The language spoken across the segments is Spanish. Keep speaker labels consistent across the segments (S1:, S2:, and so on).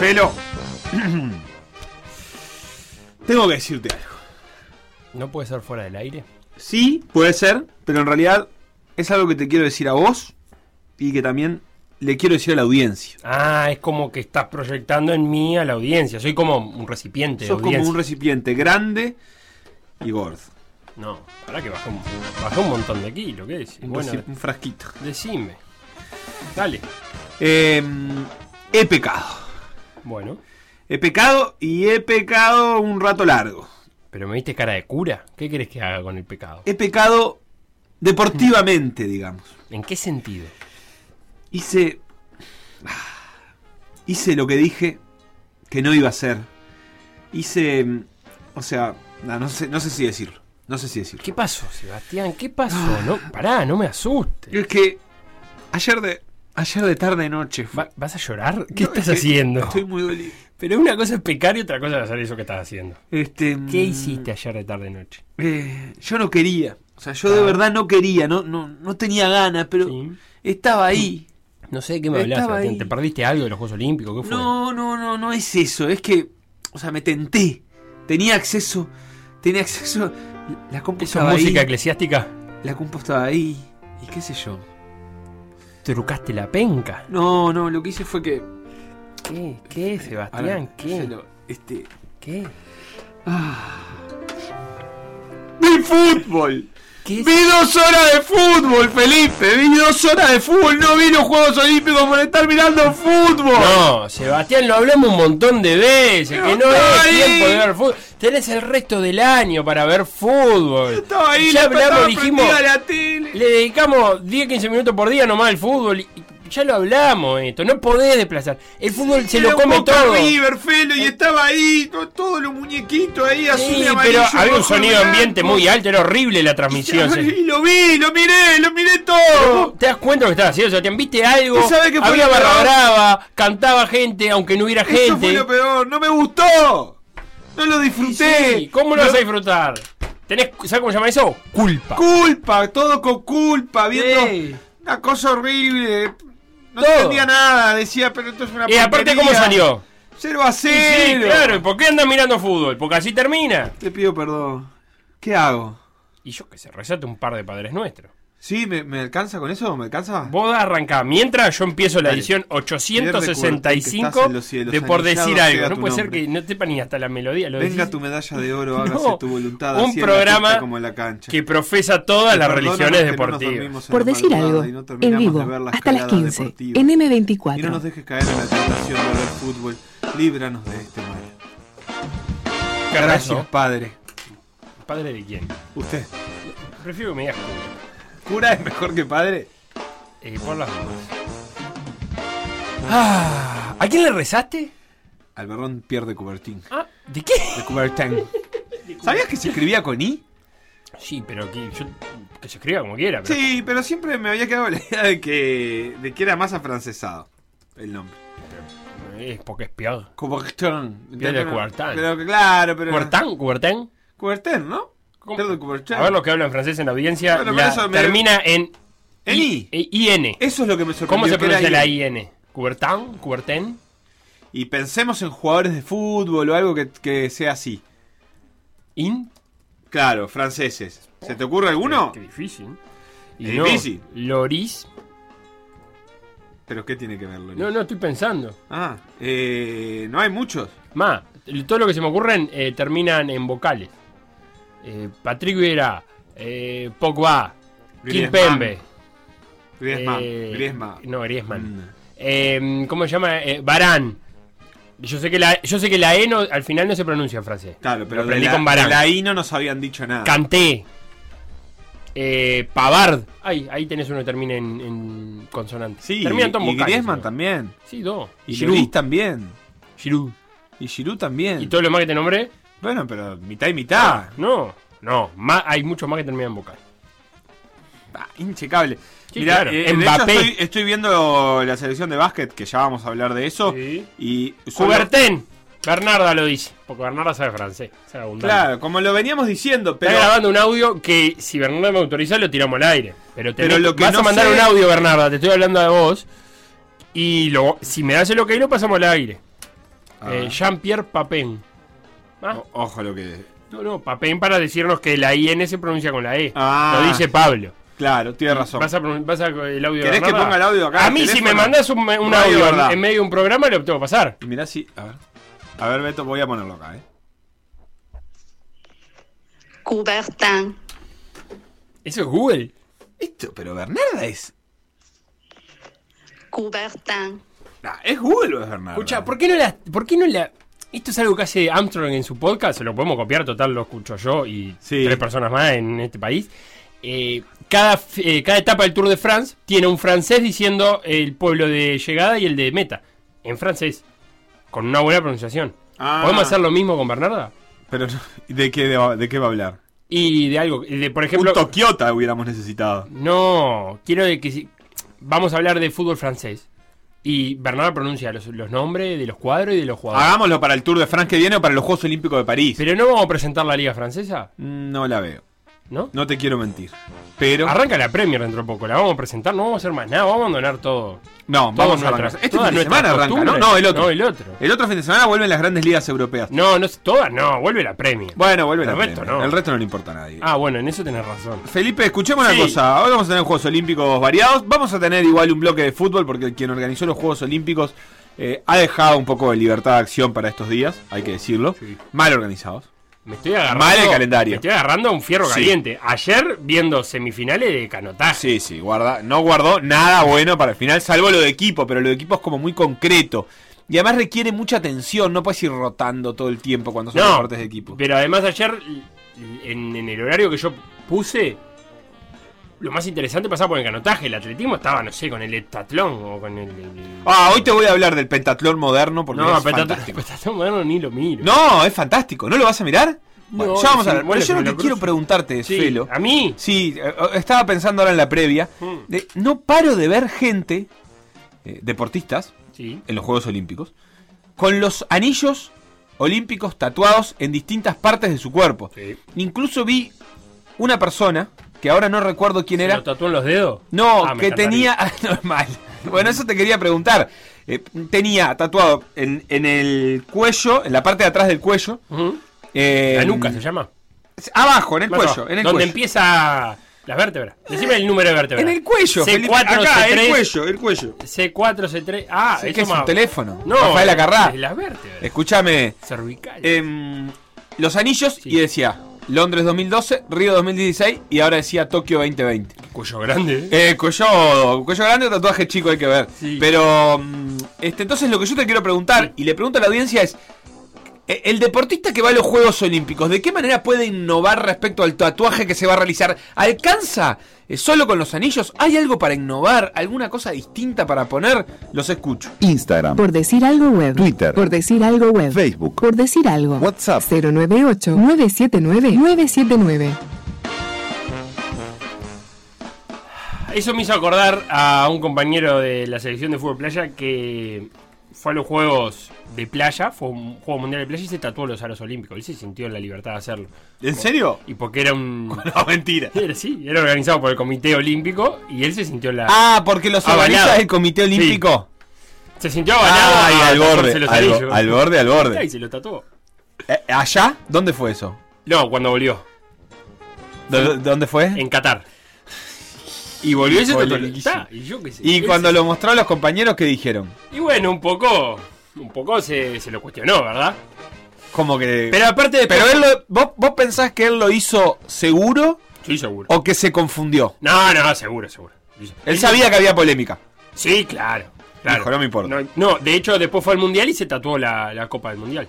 S1: Felo. Tengo que decirte algo.
S2: ¿No puede ser fuera del aire?
S1: Sí, puede ser, pero en realidad es algo que te quiero decir a vos y que también le quiero decir a la audiencia.
S2: Ah, es como que estás proyectando en mí a la audiencia. Soy como un recipiente
S1: Sos
S2: de audiencia.
S1: como un recipiente grande y gordo.
S2: no, para que bajó, un- bajó un montón de kilos, ¿qué es?
S1: Un,
S2: Bueno,
S1: reci- un frasquito.
S2: decime. Dale.
S1: Eh, he pecado.
S2: Bueno,
S1: He pecado y he pecado un rato largo.
S2: pero me diste cara de cura. ¿Qué querés que haga con el pecado?
S1: He pecado deportivamente, digamos.
S2: ¿En qué sentido?
S1: Hice. Hice lo que dije que no iba a hacer. Hice. mm, O sea, no, no sé, no sé si decirlo. No sé si decirlo.
S2: ¿Qué pasó, Sebastián? ¿Qué pasó?
S1: Ah.
S2: No, pará, no me asustes.
S1: Es que. Ayer de. Ayer de tarde noche. fue-
S2: Va- ¿Vas a llorar? ¿Qué
S1: No,
S2: estás
S1: es que
S2: haciendo?
S1: Estoy muy dolido.
S2: Pero una cosa es pecar y otra cosa es hacer eso que estás haciendo.
S1: Este.
S2: ¿Qué
S1: mm,
S2: hiciste ayer de tarde noche?
S1: eh, yo no quería. O sea, yo de verdad no quería. No, no, no tenía ganas, pero.
S2: Ah. Sí.
S1: Estaba ahí.
S2: No sé de qué me hablas,
S1: Estaba
S2: Sebastián.
S1: ahí.
S2: ¿Te perdiste algo de los Juegos Olímpicos? ¿Qué fue?
S1: No, no, no, no es eso. Es que, o sea, me tenté. Tenía acceso, tenía acceso. La compu
S2: ¿Eso es
S1: estaba
S2: música
S1: ahí.
S2: eclesiástica?
S1: La compu estaba ahí. Y qué sé yo.
S2: ¿Trucaste la penca?
S1: No, no, lo que hice fue que.
S2: ¿Qué? ¿Qué, Sebastián?
S1: Ahora,
S2: ¿Qué?
S1: se lo- Este.
S2: ¿Qué?
S1: ¡Vi fútbol!
S2: ¿Qué?
S1: ¡Vi dos horas de fútbol, Felipe! ¡Vi dos horas de fútbol! ¡No vi los Juegos Olímpicos por estar mirando fútbol!
S2: No, Sebastián, lo hablamos un montón de veces, que no es
S1: Ay.
S2: tiempo de ver fútbol. Tenés el resto del año para ver fútbol.
S1: Estaba ahí,
S2: ya
S1: la
S2: hablamos,
S1: estaba
S2: dijimos,
S1: prendida la tele.
S2: le dedicamos 10, 15 minutos por día nomás al fútbol. y- y ya lo hablamos esto, no podés desplazar. El fútbol se
S1: Era
S2: lo
S1: un
S2: come
S1: Boca
S2: todo.
S1: River, Felo, y estaba ahí, to- todos los muñequitos ahí, azul y
S2: Sí,
S1: amarillo.
S2: pero había un
S1: rojo y
S2: sonido
S1: blanco.
S2: ambiente muy alto, era horrible la transmisión. se-
S1: Y lo vi, lo miré, lo miré todo.
S2: ¿Te das cuenta lo que estás haciendo, Sebastián? ¿Viste algo?
S1: ¿Y sabe qué fue
S2: Había
S1: lo
S2: barra
S1: peor?
S2: brava, cantaba gente, aunque no hubiera
S1: Eso fue
S2: gente.
S1: lo peor, no me gustó. No lo
S2: Sí,
S1: disfruté.
S2: sí, ¿Cómo lo vas a disfrutar? ¿Tenés, ¿Sabes cómo se llama eso? Culpa.
S1: Culpa, todo con culpa, viendo
S2: Sí.
S1: una cosa horrible. No
S2: Todo.
S1: entendía nada, decía, pero esto es una
S2: y aparte, ¿cómo
S1: porquería.
S2: salió?
S1: 0 a
S2: Sí,
S1: 0.
S2: claro. ¿Y por qué andas mirando fútbol? Porque así termina.
S1: Te pido perdón. ¿Qué hago?
S2: Y yo que se rezate un par de padres nuestros.
S1: ¿Sí? ¿Me, me alcanza con eso? ¿Me alcanza?
S2: Vos arrancá. Mientras yo empiezo la
S1: Dale.
S2: edición
S1: Bien recuerdo que estás
S2: 865
S1: en los cielos,
S2: de Por Decir
S1: anillado sea
S2: Algo. No
S1: tu
S2: puede ser
S1: nombre.
S2: que no sepa ni hasta la melodía. Lo
S1: Venga
S2: decís.
S1: tu medalla de oro, hágase
S2: No,
S1: tu voluntad.
S2: un
S1: así en la
S2: programa
S1: pista como en la cancha.
S2: que profesa todas las
S1: Perdónanos
S2: religiones
S1: que no nos
S2: deportivas.
S1: dormimos en
S3: Por
S1: la
S3: decir
S1: madrugada
S3: algo,
S1: y no
S3: en
S1: terminamos de
S3: vivo,
S1: ver las
S3: hasta las
S1: cagadas
S3: 15,
S1: deportivas.
S3: en
S1: Y no nos
S3: M24.
S1: dejes caer en la tentación de ver fútbol. Líbranos de este mal.
S2: ¿Qué
S1: Gracias,
S2: razón?
S1: Padre.
S2: ¿Padre de quién?
S1: Usted.
S2: Prefiero que me digas cura.
S1: ¿Cura es mejor que padre?
S2: Eh, por las dudas. Ah, ¿A quién le rezaste?
S1: Alberrón pierde Cubertín.
S2: Ah, ¿de qué?
S1: De Cubertín. ¿Sabías que se escribía con I?
S2: Sí, pero que, yo, que se escriba como quiera. Pero,
S1: Sí, pero siempre me había quedado la idea de que, de que era más afrancesado el nombre.
S2: Es porque es peor.
S1: Cubertín.
S2: Pierde
S1: Pero-
S2: Cubertín.
S1: Pero claro, pero.
S2: ¿Cuartán? ¿Cuartán?
S1: Cubertín, ¿no?
S2: ¿Cómo?
S1: Pierde Cubertín.
S2: A ver lo que habla en francés en la audiencia.
S1: Bueno, por
S2: la-
S1: eso me-
S2: Termina en...
S1: En I.
S2: eh, IN.
S1: Eso es lo que me sorprendió.
S2: ¿Cómo se
S1: que era
S2: pronuncia la
S1: I.
S2: IN? ¿Cubertán? ¿Cubertén?
S1: Y pensemos en jugadores de fútbol o algo que, que sea así.
S2: In.
S1: Claro, franceses. ¿Se te ocurre alguno?
S2: Qué difícil. Y
S1: Es
S2: no,
S1: difícil.
S2: Loris.
S1: ¿Pero qué tiene que ver, Loris?
S2: No, no, estoy pensando.
S1: Ah, eh, no hay muchos.
S2: Más, todo lo que se me ocurren eh, terminan en vocales. Eh, Patrick Vieira, eh, Pogba,
S1: Griezmann.
S2: Kimpembe.
S1: Griezmann.
S2: eh,
S1: Griezmann.
S2: No, Griezmann.
S1: Mm.
S2: Eh, ¿Cómo se llama? Eh, Barán. Yo sé que la, yo sé que la E no- al final no se pronuncia en francés.
S1: Claro, pero
S2: Lo aprendí
S1: de la,
S2: con Barán.
S1: de la I no nos habían dicho nada.
S2: Canté. Eh, Pavard. Ay, ahí tenés uno que termina en, en consonante.
S1: sí,
S2: Terminan
S1: y-
S2: todos
S1: y
S2: vocales,
S1: Griezmann
S2: ¿no?
S1: también.
S2: Sí, dos.
S1: Y,
S2: Giroud.
S1: Lloris también.
S2: Giroud.
S1: Y Giroud también.
S2: ¿Y Ah. todo lo más que te nombré?
S1: Bueno, pero mitad y mitad.
S2: No, no. Más, hay muchos más que terminan en vocal.
S1: Ah, Inchecable.
S2: Sí,
S1: Mirá,
S2: claro.
S1: eh, de hecho,
S2: Mbappé.
S1: estoy, estoy viendo la selección de básquet, que ya vamos a hablar de eso.
S2: Sí.
S1: Y solo-
S2: Coubertin. Bernarda lo dice. Porque Bernarda sabe francés. Sabe abundante.
S1: Claro, como lo veníamos diciendo, pero.
S2: Está grabando un audio que si Bernarda me autoriza lo tiramos al aire. Pero, tenés-
S1: Pero lo que
S2: vas
S1: no
S2: a mandar
S1: sé-
S2: un audio, Bernarda, te estoy hablando de vos. Y lo, si me das el ok, lo pasamos al aire.
S1: Ah.
S2: Eh, Jean-Pierre Papin. Ah,
S1: O- ojo lo que.
S2: no, no, Papin para decirnos que la IN se pronuncia con la E.
S1: Ah.
S2: Lo dice Pablo.
S1: Claro, tienes razón.
S2: ¿Vas a, pronun- vas a- el audio de
S1: ¿Querés que
S2: Bernarda?
S1: ponga el audio acá
S2: A
S1: al
S2: mí, si
S1: teléfono?
S2: me mandás un, un
S1: Radio
S2: audio en-
S1: Verdad.
S2: en medio de un programa, lo tengo que pasar.
S1: Y mirá si. A ver. A ver, Beto, voy a ponerlo acá, ¿eh?
S4: Coubertin,
S2: Eso es Google.
S1: Esto, pero Bernarda es.
S4: Coubertin,
S1: Nah, es Google o es Bernarda.
S2: Escucha, ¿por qué no la, por qué no la esto es algo que hace Armstrong en su podcast, se lo podemos copiar, total lo escucho yo y
S1: Sí.
S2: tres personas más en este país. Eh, cada, f- eh, cada etapa del Tour de France tiene un francés diciendo el pueblo de llegada y el de meta, en francés, con una buena pronunciación.
S1: Ah.
S2: ¿Podemos hacer lo mismo con Bernarda?
S1: Pero, no- ¿de qué, de, de qué va a hablar?
S2: Y de algo, de, por
S1: Un
S2: ejemplo...
S1: Tokiota hubiéramos necesitado.
S2: No, quiero de que si- vamos a hablar de fútbol francés. Y Bernarda pronuncia los, los nombres de los cuadros y de los jugadores.
S1: Hagámoslo para el Tour de France que viene o para los Juegos Olímpicos de París.
S2: Pero no vamos a presentar la liga francesa,
S1: No la veo.
S2: ¿no?
S1: No te quiero mentir. Pero.
S2: Arranca la Premier dentro de poco, la vamos a presentar, no vamos a hacer más nada, vamos a abandonar todo.
S1: No,
S2: Todas
S1: vamos a arrancar.
S2: nuestras-
S1: Este
S2: todas
S1: fin de
S2: nuestras
S1: semana arranca, ¿no?
S2: costumbres.
S1: No, el otro.
S2: No, el otro.
S1: fin de semana vuelven las grandes ligas europeas.
S2: No, no, toda no, vuelve la Premier.
S1: Bueno, vuelven
S2: El
S1: las
S2: resto
S1: Premier.
S2: no.
S1: El resto no le importa a nadie.
S2: Ah, bueno, en eso tenés razón.
S1: Felipe, escuchemos una
S2: Sí.
S1: cosa. Hoy vamos a tener Juegos Olímpicos variados. Vamos a tener igual un bloque de fútbol porque quien organizó los Juegos Olímpicos eh, ha dejado un poco de libertad de acción para estos días, hay que decirlo.
S2: Sí.
S1: Mal organizados.
S2: Me estoy agarrando.
S1: Mal el calendario.
S2: Me estoy agarrando a un fierro
S1: Sí.
S2: caliente. Ayer viendo semifinales de canotaje.
S1: Sí, sí, guarda, no guardó nada bueno para el final, salvo lo de equipo, pero lo de equipo es como muy concreto. Y además requiere mucha atención, no puedes ir rotando todo el tiempo cuando son
S2: No,
S1: deportes de equipo.
S2: pero además ayer, en, en el horario que yo puse, lo más interesante pasaba por el canotaje. El atletismo estaba, no sé, con el heptatlón o con el... el-
S1: Ah, hoy te voy a hablar del pentatlón moderno porque
S2: no,
S1: es
S2: pentat-
S1: fantástico.
S2: pentatlón moderno ni lo miro.
S1: No, es fantástico. ¿No lo vas a mirar? Bueno,
S2: No,
S1: ya vamos
S2: sí,
S1: a hablar.
S2: bueno,
S1: Pero yo
S2: que
S1: lo
S2: me
S1: que
S2: lo
S1: quiero
S2: cruzo.
S1: preguntarte,
S2: Sí,
S1: Felo.
S2: ¿A mí?
S1: Sí, eh, eh, estaba pensando ahora en la previa.
S2: Mm.
S1: de- no paro de ver gente, eh, deportistas,
S2: Sí.
S1: en los Juegos Olímpicos, con los anillos olímpicos tatuados en distintas partes de su cuerpo.
S2: Sí.
S1: Incluso vi una persona, que ahora no recuerdo quién
S2: ¿Se
S1: era,
S2: lo tatuó en los dedos?
S1: no,
S2: Ah, me
S1: que
S2: encantaría.
S1: tenía. Normal. Bueno, eso te quería preguntar. Eh, tenía tatuado en, en el cuello, en la parte de atrás del cuello.
S2: Ujú.
S1: eh,
S2: La nuca se llama.
S1: Abajo, en el
S2: Más
S1: cuello.
S2: abajo.
S1: En el
S2: Donde
S1: cuello.
S2: empieza las vértebras. Decime el número de vértebras.
S1: En el cuello,
S2: C4,
S1: Felipe. Acá,
S2: C3,
S1: el cuello, el cuello.
S2: C4, C3. Ah,
S1: Sí,
S2: eso
S1: que es un
S2: más-
S1: teléfono.
S2: No,
S1: Rafael Acarrá.
S2: es Las vértebras.
S1: Escúchame.
S2: Cervical.
S1: em, los anillos
S2: Sí.
S1: y decía Londres 2012, Río 2016 y ahora decía Tokio 2020.
S2: cuello grande. eh.
S1: Eh, cuello, cuello grande o tatuaje chico hay que ver.
S2: Sí.
S1: Pero mm, este, entonces lo que yo te quiero preguntar y le pregunto a la audiencia es eh, el deportista que va a los Juegos Olímpicos, ¿de qué manera puede innovar respecto al tatuaje que se va a realizar? ¿Alcanza eh, solo con los anillos? ¿Hay algo para innovar? ¿Alguna cosa distinta para poner? Los escucho.
S5: Instagram,
S3: Por decir algo web.
S5: Twitter.
S3: Por decir algo web.
S5: Facebook.
S3: Por decir algo.
S5: WhatsApp.
S3: 098-979-979.
S2: Eso me hizo acordar a un compañero de la selección de fútbol playa que fue a los Juegos de Playa, fue a un Juego Mundial de Playa y se tatuó los aros olímpicos. Él se sintió en la libertad de hacerlo.
S1: ¿En serio?
S2: Y porque era un...
S1: No, mentira.
S2: Era, sí, era organizado por el Comité Olímpico y él se sintió en la...
S1: Ah, porque los
S2: Avalado.
S1: organiza el Comité Olímpico.
S2: Se sintió avalado
S1: Ay,
S2: a
S1: al
S2: tatuarse
S1: borde,
S2: los
S1: al,
S2: anillos.
S1: al borde, al
S2: Ahí
S1: borde.
S2: se lo tatuó.
S1: Eh, ¿Allá? ¿Dónde fue eso?
S2: No, cuando volvió.
S1: ¿Dó- ¿Dónde fue?
S2: En Qatar. Y volvió y se
S1: Híjole,
S2: tatuó-
S1: Guille.
S2: Está, y yo qué sé.
S1: Y
S2: Ese-
S1: cuando lo mostró a los compañeros, ¿qué dijeron?
S2: Y bueno, un poco. Un poco se, se lo cuestionó, ¿verdad?
S1: Como que.
S2: Pero aparte de.
S1: Pero él lo- ¿vos, vos pensás que él lo hizo seguro
S2: Sí, seguro.
S1: o que se confundió?
S2: No, no, seguro, seguro.
S1: Él sabía que había polémica.
S2: Sí, claro. claro.
S1: Dijo, no me importa.
S2: No, no, de hecho, después fue al mundial y se tatuó la, la copa del mundial.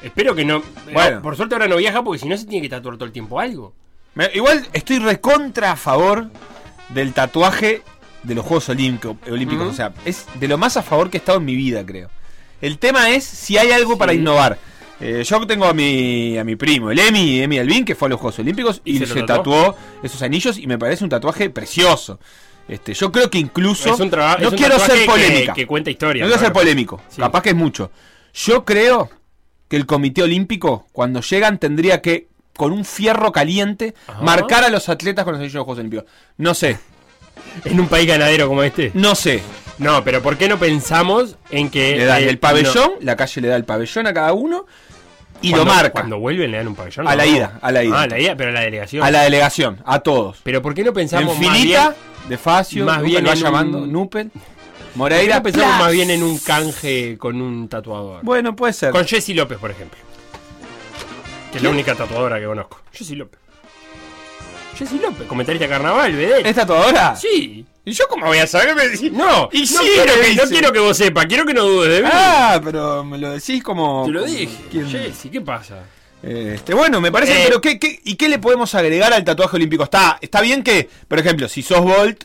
S2: Espero que no.
S1: Bueno.
S2: eh, Por suerte ahora no viaja porque si no se tiene que tatuar todo el tiempo algo.
S1: Me- igual estoy recontra a favor del tatuaje de los Juegos Olímpico- Olímpicos.
S2: Ujú.
S1: O sea, es de lo más a favor que he estado en mi vida, creo. El tema es si hay algo para
S2: Sí.
S1: innovar. Eh, yo tengo a mi, a mi primo, el Emi, Emi Alvin, que fue a los Juegos Olímpicos
S2: ¿Y
S1: y,
S2: se
S1: se,
S2: lo
S1: tatuó esos anillos y me parece un tatuaje precioso. Este, yo creo que incluso...
S2: es un trabajo.
S1: no quiero ser polémica.
S2: Que, cuenta historia.
S1: No quiero ser polémico,
S2: Sí.
S1: capaz que es mucho. Yo creo que el Comité Olímpico, cuando llegan, tendría que, con un fierro caliente,
S2: Ajá.
S1: marcar a los atletas con los anillos de Juegos Olímpicos. No sé,
S2: En un país ganadero como este.
S1: no sé.
S2: No, pero ¿por qué no pensamos en que.
S1: Le dan
S2: eh,
S1: el pabellón, la calle le da el pabellón a cada uno y
S2: no, cuando-
S1: lo marca.
S2: Cuando vuelven le dan un pabellón.
S1: A
S2: ¿no?
S1: la ida, a la ida.
S2: Ah, a la ida, pero a la delegación.
S1: A la delegación, a todos.
S2: Pero ¿por qué no pensamos más
S1: Infinita,
S2: bien-
S1: de Facio,
S2: más
S1: más
S2: bien
S1: bien va
S2: en un-
S1: llamando, Nupel,
S2: ¿Por qué
S1: Moreira.
S2: no pensamos
S1: ¡Plas!
S2: más bien en un canje con un tatuador?
S1: Bueno, puede ser.
S2: Con Jessy López, por ejemplo. Que es la única tatuadora que conozco. Jessy López. Jessy López, comentarista de carnaval, vedette.
S1: ¿Es tatuadora?
S2: Sí.
S1: ¿Y yo cómo voy a saber? Me decís-
S2: No,
S1: Y
S2: no,
S1: sí,
S2: quiero
S1: le
S2: que, no
S1: dice.
S2: quiero que vos sepas, quiero que no dudes de mí.
S1: Ah, pero me lo decís como.
S2: Te lo
S1: como-
S2: dije.
S1: ¿quién?
S2: Jessy, ¿qué pasa?
S1: Eh, Este, bueno, me parece.
S2: Eh.
S1: Pero ¿qué, qué, ¿y qué le podemos agregar al tatuaje olímpico? Está, está bien que, por ejemplo, si sos Bolt,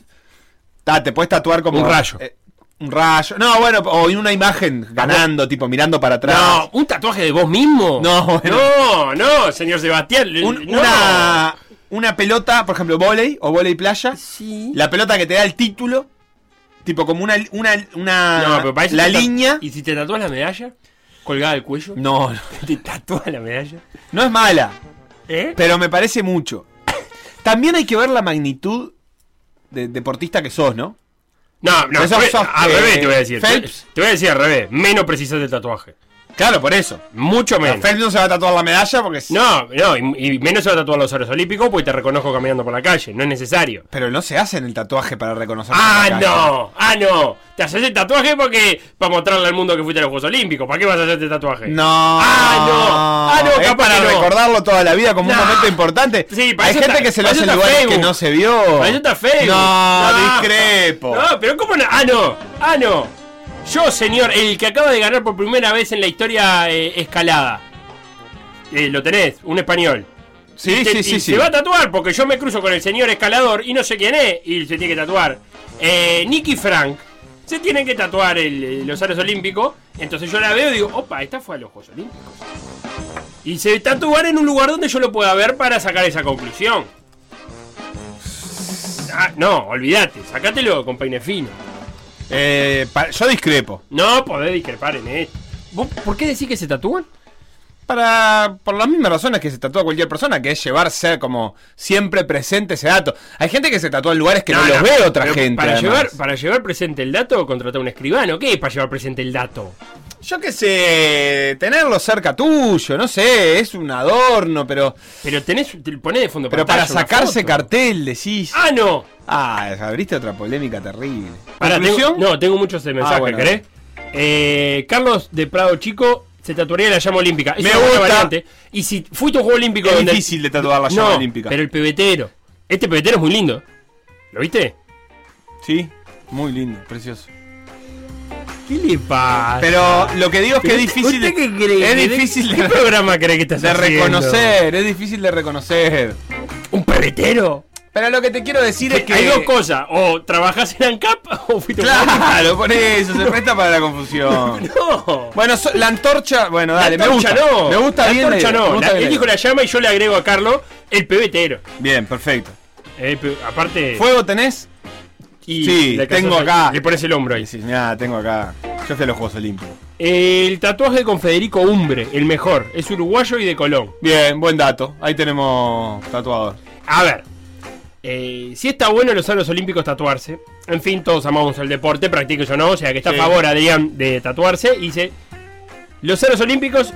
S1: ta, te puedes tatuar como.
S2: Un rayo.
S1: eh, un rayo. No, bueno, o en una imagen ganando, tipo mirando para atrás.
S2: No, ¿un tatuaje de vos mismo?
S1: No,
S2: no, no, señor Sebastián. le-
S1: Un-
S2: no.
S1: una, una pelota, por ejemplo, volei o volei playa.
S2: Sí.
S1: La pelota que te da el título. Tipo como una. una, una
S2: No, pero para eso
S1: la
S2: te tatu-
S1: línea.
S2: ¿Y si te tatúas la medalla? Colgada al cuello.
S1: No, no,
S2: ¿Te tatúas la medalla?
S1: no es mala.
S2: ¿Eh?
S1: Pero me parece mucho. También hay que ver la magnitud de deportista que sos, ¿no?
S2: No, no,
S1: Eso
S2: al
S1: sos,
S2: al
S1: eh,
S2: revés te voy a decir.
S1: Phelps.
S2: Te voy a decir al revés. Menos precisas del tatuaje.
S1: Claro, por eso.
S2: Mucho menos.
S1: Phelps no se va a tatuar la medalla porque... No.
S2: No, no, y, y menos se va a tatuar los aros olímpicos porque te reconozco caminando por la calle. No es necesario.
S1: Pero no se hacen el tatuaje para reconocer.
S2: Ah, no, ah, no. Te haces el tatuaje porque para mostrarle al mundo que fuiste a los Juegos Olímpicos. ¿Para qué vas a hacerte el tatuaje?
S1: No.
S2: Ah, no. Ah, no,
S1: Es
S2: capaz
S1: para
S2: no.
S1: recordarlo toda la vida como
S2: No.
S1: un momento importante.
S2: Sí, para
S1: Hay
S2: eso
S1: gente
S2: está-
S1: que se lo
S2: para eso
S1: hace en
S2: está
S1: lugares
S2: Facebook.
S1: que no se vio.
S2: Para eso está Facebook.
S1: No,
S2: No.
S1: discrepo.
S2: No, pero ¿cómo no? Ah, no. Ah, no. Yo, señor, el que acaba de ganar por primera vez en la historia eh, escalada. Eh, lo tenés, un español.
S1: Sí,
S2: Y te-
S1: sí,
S2: y
S1: sí, sí.
S2: Se va a tatuar porque yo me cruzo con el señor escalador y no sé quién es y se tiene que tatuar. Eh, Nicky Frank. Se tienen que tatuar el- eh, los aros olímpicos. Entonces yo la veo y digo, opa, esta fue a los Juegos Olímpicos. Y se tatuar en un lugar donde yo lo pueda ver para sacar esa conclusión. Ah, no, olvídate, sacátelo con peine fino.
S1: Eh, pa- yo discrepo.
S2: No podés discrepar en esto. ¿Vos ¿Por qué decís que se tatúan?
S1: Para, por las mismas razones que se tatúa cualquier persona, que es llevarse como siempre presente ese dato. Hay gente que se tatúa en lugares que no, los ve otra
S2: pero
S1: gente.
S2: Para
S1: además.
S2: llevar, para llevar presente el dato, contratar un escribano. ¿Qué es para llevar presente el dato?
S1: Yo qué sé, tenerlo cerca tuyo, no sé, es un adorno, pero
S2: Pero tenés, te pone de fondo
S1: pero para
S2: pantalla una
S1: sacarse
S2: foto.
S1: cartel decís.
S2: ¡Ah, no!
S1: Ah, abriste otra polémica terrible.
S2: Pará, tengo-
S1: ¿Conclusión?
S2: no, tengo muchos eh, mensajes,
S1: Ah, bueno.
S2: ¿querés? Eh, Carlos de Prado Chico se tatuaría la llama olímpica. Es
S1: Me
S2: una buena
S1: gusta.
S2: variante. Y si fuiste a un juego olímpico
S1: Es
S2: donde-
S1: difícil de tatuar la llama
S2: No,
S1: olímpica.
S2: pero el pebetero. Este pebetero es muy lindo. ¿Lo viste?
S1: Sí, muy lindo, precioso.
S2: ¿Qué le pasa?
S1: Pero lo que digo es que es difícil. de-
S2: ¿Usted qué cree?
S1: Es difícil
S2: ¿Qué
S1: de,
S2: programa cree que estás
S1: de
S2: haciendo?
S1: reconocer, es difícil de reconocer.
S2: ¿Un pebetero?
S1: Pero lo que te quiero decir es que.
S2: Hay dos cosas. O trabajás en ANCAP o fuiste a un juego
S1: Claro, por eso, se presta para la confusión.
S2: olímpico. No.
S1: Bueno, so- la antorcha, bueno,
S2: La
S1: dale, me
S2: antorcha
S1: gusta.
S2: no.
S1: Me gusta
S2: la
S1: bien. la
S2: antorcha
S1: idea,
S2: no.
S1: me gusta
S2: La-
S1: bien
S2: él
S1: la
S2: dijo
S1: idea.
S2: la llama y yo le agrego a Carlos el pebetero.
S1: Bien, perfecto.
S2: Eh, pe- aparte.
S1: ¿Fuego tenés?
S2: y
S1: sí,
S2: le alcanzás
S1: tengo
S2: ahí,
S1: acá.
S2: Le pones el hombro ahí.
S1: Sí, nada, tengo acá. Yo fui a los Juegos Olímpicos.
S2: El tatuaje con Federico Umbre, el mejor. Es uruguayo y de Colón.
S1: Bien, buen dato. Ahí tenemos tatuador.
S2: A ver. eh, si está bueno en los aros olímpicos tatuarse. En fin, todos amamos el deporte, practique o no. O sea que está
S1: Sí.
S2: a favor, Adrián, de tatuarse. Y dice: Los aros olímpicos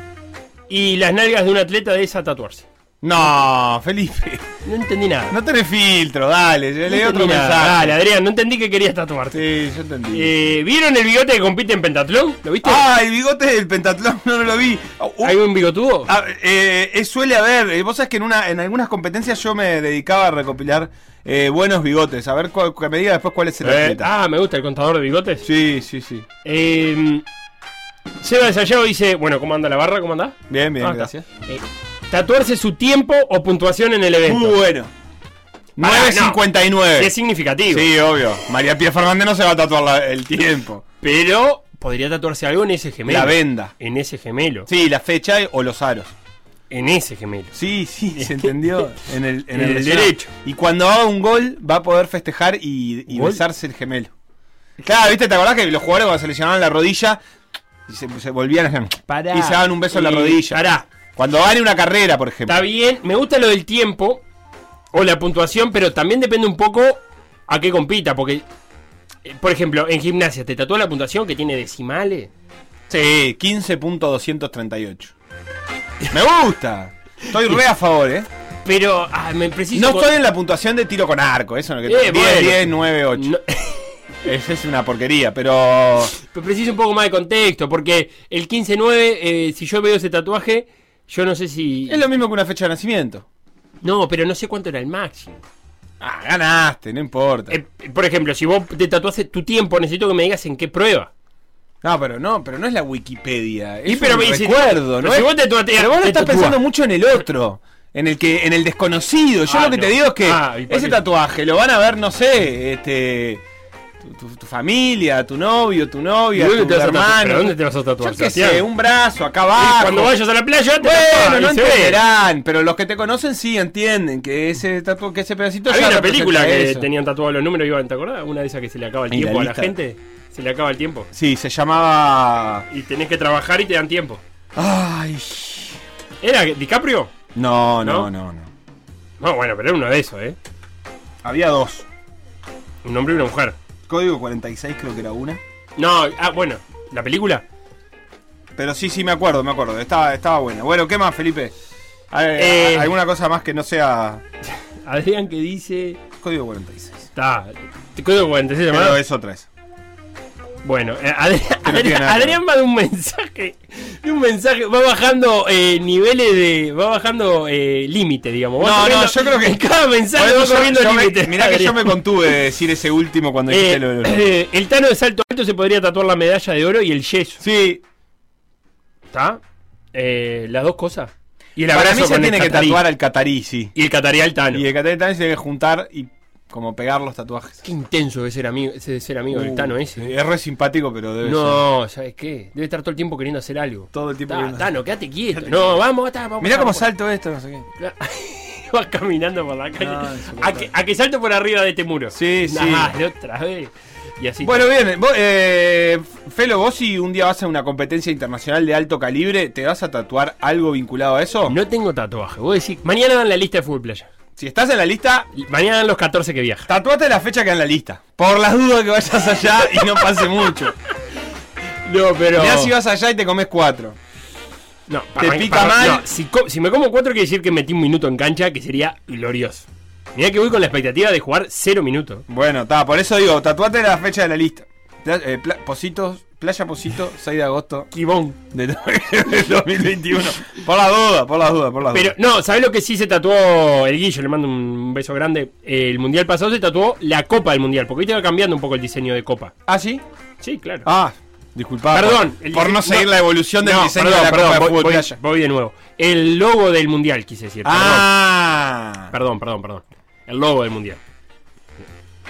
S2: y las nalgas de un atleta de esa tatuarse.
S1: No, Felipe.
S2: No entendí nada.
S1: No tenés filtro, dale. Yo
S2: No
S1: leí otro
S2: entendí nada.
S1: mensaje.
S2: Dale, Adrián, no entendí que querías tatuarte.
S1: Sí, yo entendí.
S2: Eh, ¿Vieron el bigote que compite en pentatlón? ¿Lo viste?
S1: Ah, el bigote del pentatlón no lo vi. Uh,
S2: ¿Hay un bigotudo?
S1: ah, eh, eh, suele haber, eh, vos sabés que en una, en algunas competencias yo me dedicaba a recopilar eh, buenos bigotes, a ver cuál- que me diga después cuál es el
S2: Eh,
S1: atleta.
S2: ah, me gusta el contador de bigotes.
S1: Sí, sí, sí.
S2: Eh, Seba de Sayago dice, bueno, ¿cómo anda la barra? ¿Cómo anda?
S1: Bien, bien,
S2: Ah, está.
S1: gracias.
S2: Eh, tatuarse su tiempo o puntuación en el evento.
S1: Muy bueno.
S2: Pará, no, sí
S1: 9.59.
S2: es significativo.
S1: Sí, obvio. María Pía Fernández no se va a tatuar la- el tiempo.
S2: Pero podría tatuarse algo en ese gemelo.
S1: La venda.
S2: En ese gemelo.
S1: Sí, la fecha o los aros.
S2: En ese gemelo.
S1: Sí, sí, se entendió. En el, en
S2: En
S1: el
S2: el
S1: lesionado.
S2: derecho.
S1: Y cuando haga un gol, va a poder festejar y, y
S2: ¿Gol?
S1: besarse el gemelo. Claro, ¿viste? ¿Te acordás que los jugadores cuando se lesionaban la rodilla y se, se volvían a hacer- y se daban un beso en la
S2: Eh,
S1: rodilla?
S2: Pará.
S1: Cuando gane una carrera, por ejemplo.
S2: Está bien. Me gusta lo del tiempo o la puntuación, pero también depende un poco a qué compita. Porque, eh, por ejemplo, en gimnasia, ¿te tatúa la puntuación que tiene decimales?
S1: Sí, 15.238. Me gusta. Estoy re a favor, ¿eh?
S2: Pero ah, me preciso.
S1: No
S2: con-
S1: estoy en la puntuación de tiro con arco, eso no que
S2: Eh,
S1: 10,
S2: bueno.
S1: 10, 9, 8.
S2: No-
S1: Esa es una porquería, pero
S2: Pero preciso un poco más de contexto, porque el 15-9, eh, si yo veo ese tatuaje, yo no sé si.
S1: es lo mismo que una fecha de nacimiento.
S2: No, pero no sé cuánto era el máximo.
S1: Ah, ganaste, no importa.
S2: Eh, por ejemplo, si vos te tatuaste tu tiempo, necesito que me digas en qué prueba.
S1: No, pero no, pero no es la Wikipedia. Es
S2: Y pero
S1: un
S2: me dice-
S1: recuerdo, ¿no?
S2: pero si
S1: es-
S2: vos te tuateas-
S1: pero vos no
S2: te
S1: estás
S2: tatúas.
S1: pensando mucho en el otro. En el que, en el desconocido. Yo
S2: Ah,
S1: lo que te
S2: no.
S1: digo es que
S2: Ah, ¿y por
S1: ese
S2: qué?
S1: tatuaje lo van a ver, no sé, este. Tu, tu- tu familia, tu novio, tu novia,
S2: ¿Y dónde
S1: tu
S2: te vas a tatu-
S1: hermano.
S2: pero dónde te vas a tatuar,
S1: Yo qué
S2: Sebastián?
S1: sé, un brazo acá
S2: Y
S1: abajo.
S2: cuando vayas a la playa, te
S1: Bueno,
S2: tatuás,
S1: no
S2: y se ve.
S1: entenderán, pero los que te conocen sí entienden que ese tatu- que ese pedacito
S2: Había
S1: ya
S2: una
S1: representa
S2: película que
S1: eso.
S2: tenían tatuados los números, Iván, ¿te acordás? Una de esas que se le acaba el
S1: Y la
S2: tiempo a la
S1: lista.
S2: gente. Se le acaba el tiempo.
S1: Sí, se llamaba.
S2: Y tenés que trabajar y te dan tiempo.
S1: Ay.
S2: ¿Era DiCaprio?
S1: No, no,
S2: ¿No?
S1: no, no.
S2: No, bueno, pero era uno de esos, ¿eh?
S1: Había dos.
S2: Un hombre y una mujer.
S1: Código 46 creo que era una.
S2: No, ah, bueno, la película.
S1: Pero sí, sí, me acuerdo, me acuerdo. Estaba, estaba buena. Bueno, ¿qué más, Felipe? A- a-
S2: Eh.
S1: ¿Alguna cosa más que no sea
S2: Adrián que dice.
S1: Código 46?
S2: Está. Te código 46
S1: Pero
S2: llamado.
S1: es otra es.
S2: Bueno, eh, Adrián,
S1: Que no tiene
S2: Adrián-
S1: nada que
S2: Adrián va de un mensaje. De un mensaje. Va bajando eh, niveles de. Va bajando eh, límite, digamos. Va
S1: No, no,
S2: corriendo-
S1: yo creo que-
S2: En cada mensaje
S1: Bueno,
S2: va
S1: yo-
S2: corriendo
S1: yo me-
S2: límite.
S1: mirá que yo
S2: Adrián.
S1: me contuve de decir ese último cuando dijiste
S2: Eh,
S1: lo de los-
S2: eh, el Tano de Salto Alto se podría tatuar la medalla de oro y el yeso.
S1: Sí,
S2: ¿Está? Eh, las dos cosas. Y el
S1: para
S2: abrazo
S1: mí se
S2: con el
S1: tiene que
S2: catarí.
S1: tatuar al catarí, sí.
S2: Y el catarí al Tano.
S1: Y el catarí también se tiene que juntar y como pegar los tatuajes.
S2: Qué intenso de ser amigo, ese de ser amigo del
S1: Uh,
S2: Tano ese.
S1: Es re simpático, pero debe ser.
S2: No, ¿sabes qué? Debe estar todo el tiempo queriendo hacer algo.
S1: Todo el tiempo
S2: Ta,
S1: queriendo
S2: ta, no, quédate quieto. no, vamos, ta, vamos.
S1: Mirá cómo
S2: vamos.
S1: salto esto, no sé qué.
S2: Vas caminando por la calle.
S1: No, insoportable.
S2: a, que, a que salto por arriba de este muro.
S1: Sí, sí.
S2: Dale, otra vez. Y así.
S1: Bueno, bien, vos, eh, Felo, vos si un día vas a una competencia internacional de alto calibre, ¿te vas a tatuar algo vinculado a eso?
S2: no tengo tatuaje. Vos decís, mañana dan la lista de fútbol playa.
S1: Si estás en la lista,
S2: Y Mañana dan los 14 que viajan.
S1: tatuate la fecha que hay en la lista. Por las dudas que vayas allá y no pase mucho.
S2: No, pero.
S1: Mirá si vas allá y te comes cuatro.
S2: no,
S1: te pica mal.
S2: no, si, co- si me como cuatro, quiere decir que metí un minuto en cancha, que sería glorioso. Mirá que voy con la expectativa de jugar cero minutos.
S1: Bueno, está, por eso digo, tatuate la fecha de la lista. Pla- eh, pla- Positos, Playa Posito, 6 de agosto
S2: Kibón.
S1: de de 2021. Por las dudas, por las dudas, por las
S2: Pero
S1: dudas.
S2: no, ¿sabes lo que sí se tatuó el Guillo? Le mando un beso grande. El mundial pasado se tatuó la copa del mundial, porque hoy te va cambiando un poco el diseño de copa.
S1: ¿Ah, sí?
S2: Sí, claro.
S1: Ah, disculpad.
S2: Perdón,
S1: por,
S2: el
S1: por no
S2: diseño-
S1: seguir
S2: no.
S1: la evolución del
S2: No,
S1: diseño
S2: perdón,
S1: de la
S2: perdón,
S1: Copa de
S2: voy,
S1: Fútbol
S2: voy-
S1: Playa.
S2: voy de nuevo. El logo del mundial, quise decir.
S1: Ah,
S2: Perdón, perdón, perdón. perdón. El logo del mundial.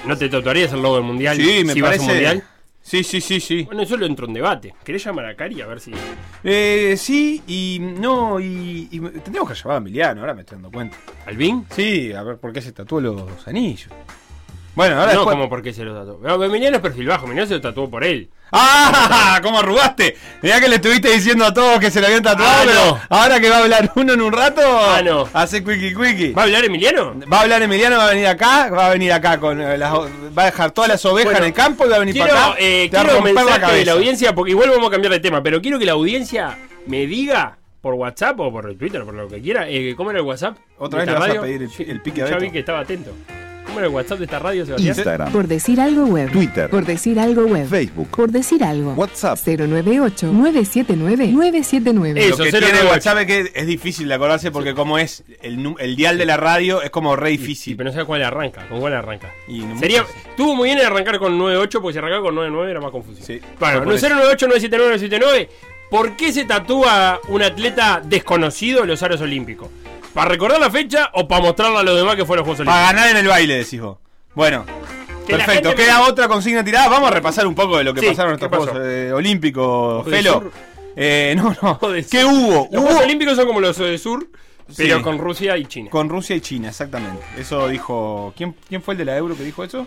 S2: ¿No te tatuarías el logo del mundial
S1: sí, me
S2: si vas
S1: parece.
S2: a un mundial?
S1: Sí, sí, sí, sí.
S2: Bueno, eso lo entro en debate. ¿Querés llamar a Cari a ver si.?
S1: Eh, sí, y no, y, y tendríamos que llamar a Emiliano, ahora me estoy dando cuenta.
S2: ¿Albín?
S1: Sí, a ver por qué se tatuó los anillos. Bueno, ahora
S2: no,
S1: después...
S2: como porque se lo tatuó. No, Emiliano es perfil bajo, Emiliano se lo tatuó por él.
S1: ¡Ah! ¿Cómo arrugaste? Mirá que le estuviste diciendo a todos que se le habían tatuado,
S2: Ah,
S1: pero
S2: no.
S1: ahora que va a hablar uno en un rato,
S2: Ah, no.
S1: hace quickie quickie.
S2: ¿Va a hablar Emiliano?
S1: Va a hablar Emiliano, va a venir acá, va a venir acá con eh, las o- va a dejar todas las ovejas
S2: Bueno,
S1: en el campo y va a venir
S2: Quiero,
S1: para acá.
S2: eh,
S1: te va a
S2: quiero
S1: romper
S2: mensaje
S1: la cabeza.
S2: de la audiencia, porque igual vamos a cambiar de tema, pero quiero que la audiencia me diga, por WhatsApp o por Twitter, por lo que quiera. Eh, ¿Cómo era el WhatsApp?
S5: Otra
S2: de
S5: vez
S2: esta
S5: le vas a pedir el-
S2: Sí,
S5: el pique a
S2: Ya
S5: Beto.
S2: vi que estaba atento. ¿Cómo era el WhatsApp de esta radio, Sebastián?
S5: Instagram,
S3: Por decir algo web.
S5: Twitter.
S3: Por decir algo web.
S5: Facebook.
S3: Por decir algo.
S5: WhatsApp.
S3: 098-979-979.
S2: Eh,
S1: Lo
S2: Eso,
S1: que
S2: cero
S1: tiene
S2: nueve ocho.
S1: WhatsApp es que es difícil de acordarse porque como es el, nu- el dial de la radio es como re
S2: Sí,
S1: difícil.
S2: pero no sabes cuál arranca, con cuál arranca.
S1: Y no
S2: Sería,
S1: muchas veces.
S2: tuvo muy bien en arrancar con 9.8 porque si arrancaba con 9.9 era más confusión.
S5: Sí.
S2: Bueno,
S1: Por eso.
S2: 098, 979, 979. ¿Por qué se tatúa un atleta desconocido en los aros olímpicos? ¿Para recordar la fecha o para mostrarla a los demás que fue a los Juegos
S1: Para
S2: Olímpicos?
S1: ganar en el baile, decís vos. Bueno,
S2: Que la
S1: perfecto.
S2: gente-
S1: Queda otra consigna tirada. Vamos a repasar un poco de lo que
S2: Sí,
S1: pasaron en
S2: ¿qué
S1: estos
S2: pasó?
S1: Juegos eh, Olímpicos,
S2: Juegos del
S1: Felo.
S2: Sur.
S1: Eh, no, no.
S2: Juegos del
S1: ¿Qué
S2: Sur.
S1: hubo?
S2: Los
S1: Hubo
S2: Juegos Olímpicos son como los de Sur, pero
S1: Sí.
S2: con Rusia y China.
S1: con Rusia y China, exactamente. Eso dijo... ¿Quién, quién fue el de la Euro que dijo eso?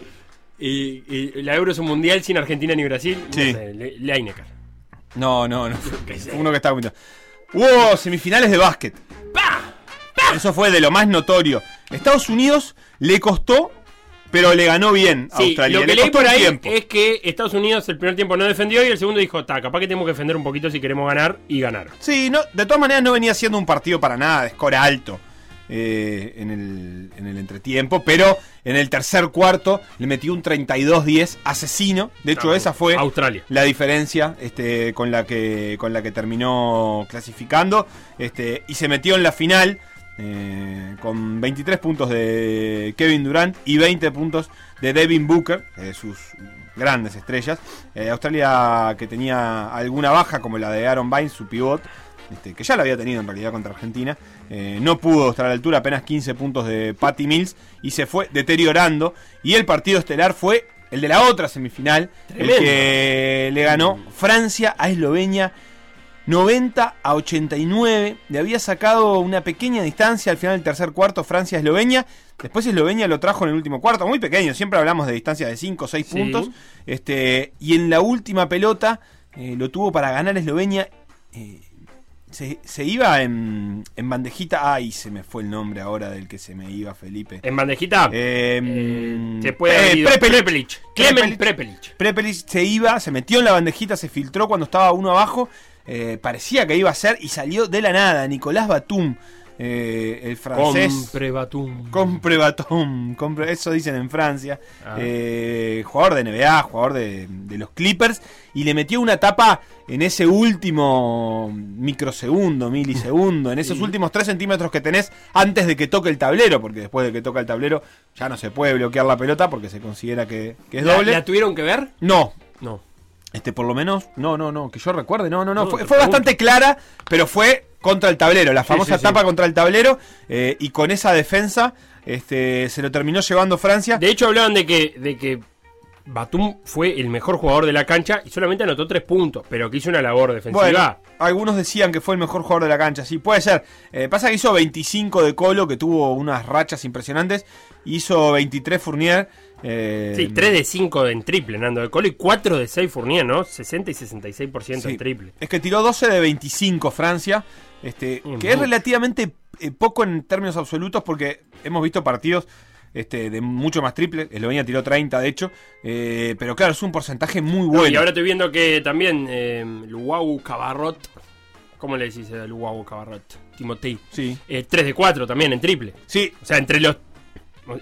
S2: Y, y la Euro es un mundial sin Argentina ni Brasil.
S1: Sí.
S2: No sé, Le- Leinecker.
S1: No, no, no. Uno que está comiendo. Hubo semifinales de básquet. Eso fue de lo más notorio. Estados Unidos le costó, pero le ganó bien a
S2: Sí,
S1: Australia.
S2: lo que
S1: le
S2: leí
S1: costó
S2: por
S1: un
S2: ahí
S1: tiempo.
S2: es que Estados Unidos el primer tiempo no defendió y el segundo dijo, ta, capaz que tenemos que defender un poquito si queremos ganar y ganar.
S1: Sí, no, de todas maneras no venía siendo un partido para nada de score alto eh, en, el, en el entretiempo, pero en el tercer cuarto le metió un 32-10 asesino. De hecho,
S2: Ah,
S1: esa fue
S2: Australia.
S1: la diferencia este, con, la que, con la que terminó clasificando este, y se metió en la final eh, con 23 puntos de Kevin Durant y 20 puntos de Devin Booker, eh, sus grandes estrellas. Eh, Australia que tenía alguna baja como la de Aaron Bynes, su pivot. este, que ya la había tenido en realidad contra Argentina, eh, no pudo estar a la altura, apenas 15 puntos de Patty Mills y se fue deteriorando. Y el partido estelar fue el de la otra semifinal, el
S2: Tremendo.
S1: que le ganó Francia a Eslovenia 90 a 89. Le había sacado una pequeña distancia al final del tercer cuarto Francia-Eslovenia. Después Eslovenia lo trajo en el último cuarto, muy pequeño. Siempre hablamos de distancia de 5 o 6
S2: Sí.
S1: puntos. Este, y en la última pelota eh, lo tuvo para ganar Eslovenia. eh, se, se iba en, en bandejita. Ay, se me fue el nombre ahora del que se me iba, Felipe.
S2: En bandejita
S1: Em,
S2: se puede haber
S1: eh,
S2: ido
S1: Prepelic.
S2: Prepelic. Clement Prepelic.
S1: Prepelic se iba, se metió en la bandejita, se filtró cuando estaba uno abajo. eh, parecía que iba a ser y salió de la nada. Nicolás Batum, eh, el francés.
S2: Compre Batum.
S1: Compre Batum, compre- eso dicen en Francia.
S2: Ah.
S1: Eh, jugador de NBA, jugador de, de los Clippers. Y le metió una tapa en ese último microsegundo, milisegundo, en esos últimos 3 centímetros que tenés antes de que toque el tablero. Porque después de que toca el tablero ya no se puede bloquear la pelota porque se considera que, que es
S2: ¿La-
S1: doble.
S2: ¿La, tuvieron que ver?
S1: No,
S2: No.
S1: este, por lo menos, no, no, no, que yo recuerde, no, no, no.
S2: No,
S1: fue
S2: te
S1: fue
S2: pregunto.
S1: bastante clara, pero fue contra el tablero, la famosa
S2: sí, sí.
S1: tapa contra el tablero, eh, y con esa defensa este, se lo terminó llevando Francia.
S2: De hecho, hablaban de que, de que Batum fue el mejor jugador de la cancha y solamente anotó tres puntos, pero que hizo una labor defensiva.
S1: bueno, algunos decían que fue el mejor jugador de la cancha, sí, puede ser. Eh, pasa que hizo 25 de Colo, que tuvo unas rachas impresionantes, hizo 23 Fournier. eh,
S2: Sí, 3 de 5 en triple, Nando de Colo, y 4 de 6 Fournier, ¿no? 60 y 66%
S1: Sí.
S2: en triple.
S1: Es que tiró 12 de 25 Francia, este,
S2: Mm,
S1: que es
S2: mucho.
S1: relativamente eh, poco en términos absolutos porque hemos visto partidos este, de mucho más triple. Eslovenia tiró 30, de hecho. eh, pero claro, es un porcentaje muy
S2: No,
S1: bueno.
S2: Y ahora estoy viendo que también eh, Luau Cabarrot, ¿cómo le decís a Luau Cabarrot? Timotei.
S1: Sí.
S2: Eh, 3 de 4 también en triple.
S1: Sí,
S2: O sea, entre los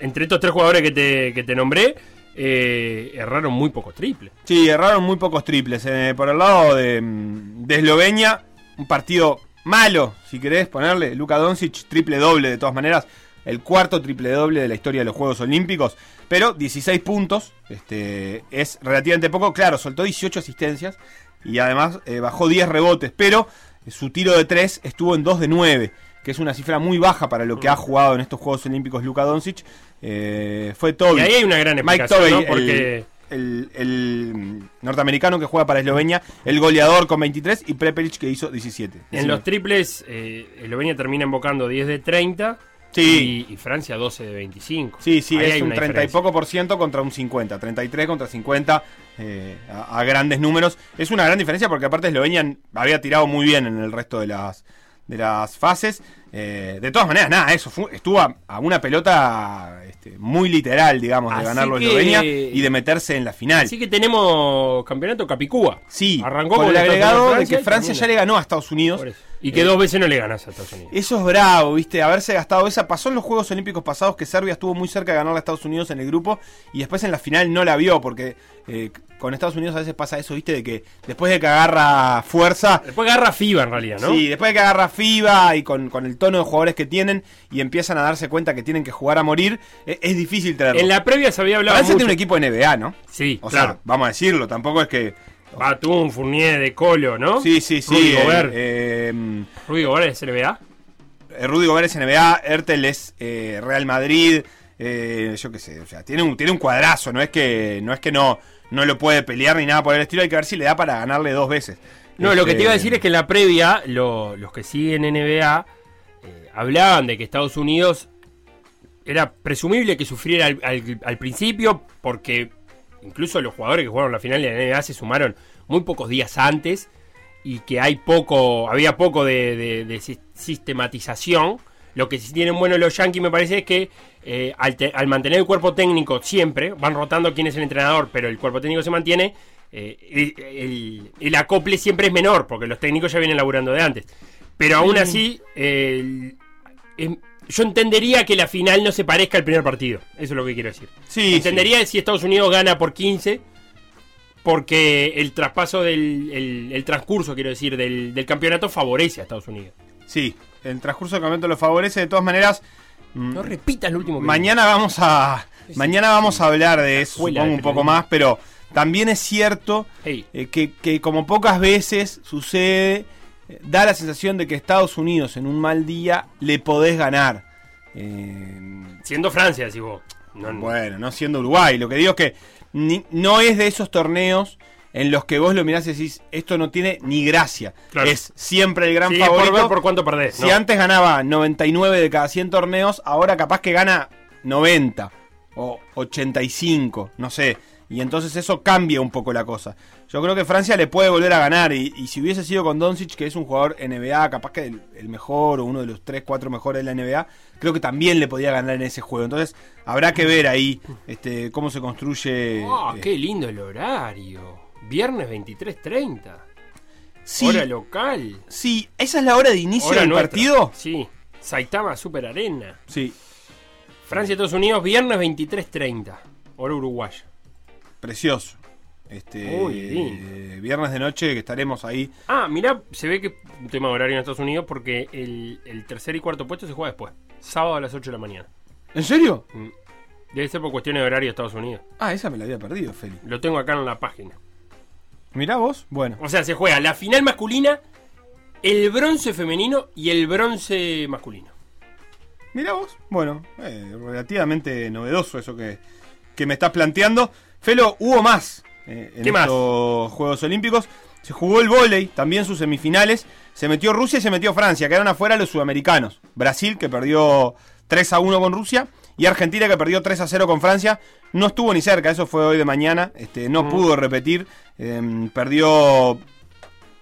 S2: entre estos tres jugadores que te, que te nombré, eh, erraron muy pocos triples.
S1: Sí, erraron muy pocos triples. Eh, por el lado de, mm, de Eslovenia, un partido malo, si querés ponerle. Luka Doncic, triple doble de todas maneras. El cuarto triple doble de la historia de los Juegos Olímpicos. Pero 16 puntos. Este, es relativamente poco. Claro, soltó 18 asistencias. Y además eh, bajó 10 rebotes. Pero eh, su tiro de 3 estuvo en 2 de 9. Que es una cifra muy baja para lo que ha jugado en estos Juegos Olímpicos Luka Doncic. Eh, fue todo.
S2: Y ahí hay una gran
S1: Mike
S2: explicación,
S1: Tobey,
S2: ¿no? Porque
S1: el, el- el, mm, norteamericano que juega para Eslovenia, el goleador con 23 y Prepelic que hizo 17.
S2: en los triples, eh, Eslovenia termina invocando 10 de 30
S1: Sí.
S2: y, y Francia 12 de 25.
S1: Sí, sí,
S2: Ahí hay
S1: es un
S2: una
S1: 30 y
S2: diferencia.
S1: poco por ciento contra un 50, 33 contra 50 eh, a, a grandes números. Es una gran diferencia porque aparte Eslovenia n- había tirado muy bien en el resto de las de las fases. Eh, de todas maneras, nada, eso fue- estuvo a, a una pelota este, muy literal, digamos, de
S2: Así
S1: ganarlo
S2: que-
S1: Eslovenia y de meterse en la final.
S2: Así que tenemos campeonato Capicúa.
S1: Sí,
S2: arrancó con
S1: con el
S2: Estados
S1: agregado
S2: Unidos y
S1: de que
S2: y
S1: Francia ya le
S2: termina.
S1: ganó a Estados Unidos
S2: Por eso. Y que dos veces no le ganas a Estados Unidos.
S1: Eso es bravo, viste, haberse gastado esa. Pasó en los Juegos Olímpicos pasados que Serbia estuvo muy cerca de ganar a Estados Unidos en el grupo y después en la final no la vio porque eh, con Estados Unidos a veces pasa eso, viste, de que después de que agarra fuerza,
S2: Después agarra FIBA en realidad, ¿no?
S1: Sí, después de que agarra FIBA y con, con el tono de jugadores que tienen y empiezan a darse cuenta que tienen que jugar a morir, e- es, difícil traerlo.
S2: En la previa se había hablado.
S1: Francia
S2: mucho.
S1: tiene un equipo de NBA, ¿no?
S2: Sí,
S1: O
S2: claro.
S1: sea, vamos a decirlo, tampoco es que...
S2: Batum, Fournier, De Colo, ¿no?
S1: Sí, sí, sí.
S2: Rudy
S1: eh,
S2: Gobert.
S1: eh,
S2: Rudy Gobert es NBA.
S1: eh, Rudy Gobert es NBA, Ertel es eh, Real Madrid, eh, yo qué sé, o sea, tiene un, tiene un cuadrazo, no es que no es que no, no lo puede pelear ni nada por el estilo, hay que ver si le da para ganarle dos veces.
S2: No, lo que te
S1: Este,
S2: iba a decir es que en la previa, lo- los que siguen NBA eh, hablaban de que Estados Unidos era presumible que sufriera al, al- al principio, porque incluso los jugadores que jugaron la final de la NBA se sumaron muy pocos días antes y que hay poco, había poco de, de- de sis- sistematización. Lo que sí tienen bueno los Yankees me parece es que eh, al, te- al mantener el cuerpo técnico siempre, van rotando quién es el entrenador, pero el cuerpo técnico se mantiene, eh, el, el- el acople siempre es menor, porque los técnicos ya vienen laburando de antes. Pero aún así, el- em, yo entendería que la final no se parezca al primer partido, eso es lo que quiero decir.
S1: sí,
S2: Entendería si Estados Unidos gana por 15, porque el traspaso del el, el transcurso, quiero decir, del, del campeonato favorece a Estados Unidos.
S1: Sí, el transcurso del campeonato lo favorece de todas maneras. mm,
S2: No repitas lo último que
S1: Mañana vamos a mañana vamos a hablar de eso,
S2: escuela
S1: supongo
S2: de
S1: un poco
S2: periodismo.
S1: más, pero también es cierto
S2: Hey.
S1: eh, que, que como pocas veces sucede, eh, da la sensación de que Estados Unidos en un mal día le podés ganar. Eh,
S2: Siendo Francia, decís vos. No, no.
S1: bueno, no siendo Uruguay. Lo que digo es que ni- no es de esos torneos en los que vos lo mirás y decís, esto no tiene ni gracia.
S2: Claro.
S1: Es siempre el gran
S2: Sí, es
S1: favorito.
S2: por ver por cuánto perdés.
S1: Si
S2: no.
S1: antes ganaba 99 de cada 100 torneos, ahora capaz que gana 90 o 85, no sé. Y entonces eso cambia un poco la cosa. Yo creo que Francia le puede volver a ganar. Y, y si hubiese sido con Doncic, que es un jugador NBA, capaz que el, el mejor o uno de los 3, 4 mejores de la NBA, creo que también le podía ganar en ese juego. Entonces habrá que ver ahí este, cómo se construye.
S2: Ah,
S1: eh,
S2: qué lindo el horario. Viernes 23.30.
S1: sí,
S2: Hora local.
S1: sí, esa es la hora de inicio
S2: hora
S1: del
S2: nuestra.
S1: partido.
S2: Sí. Saitama Super Arena.
S1: Sí,
S2: Francia, Estados Unidos, viernes 23.30. Hora uruguaya.
S1: Precioso. Este,
S2: Muy lindo.
S1: eh, viernes de noche que estaremos ahí.
S2: Ah, mirá, se ve que un tema de horario en Estados Unidos porque el, el tercer y cuarto puesto se juega después. Sábado a las 8 de la mañana.
S1: ¿En serio?
S2: Debe ser por cuestiones de horario de Estados Unidos.
S1: Ah, esa me la había perdido, Feli.
S2: Lo tengo acá en la página.
S1: Mirá vos. Bueno.
S2: O sea, se juega la final masculina, el bronce femenino y el bronce masculino.
S1: Mirá vos. Bueno, eh, relativamente novedoso eso que, que me estás planteando. Felo, hubo más eh, en
S2: ¿Qué más?
S1: estos Juegos Olímpicos. Se jugó el vóley, también sus semifinales. Se metió Rusia y se metió Francia. Quedaron afuera los sudamericanos. Brasil, que perdió 3 a 1 con Rusia. Y Argentina, que perdió 3 a 0 con Francia. No estuvo ni cerca, eso fue hoy de mañana. Este,
S2: Mm.
S1: no pudo repetir. Em, perdió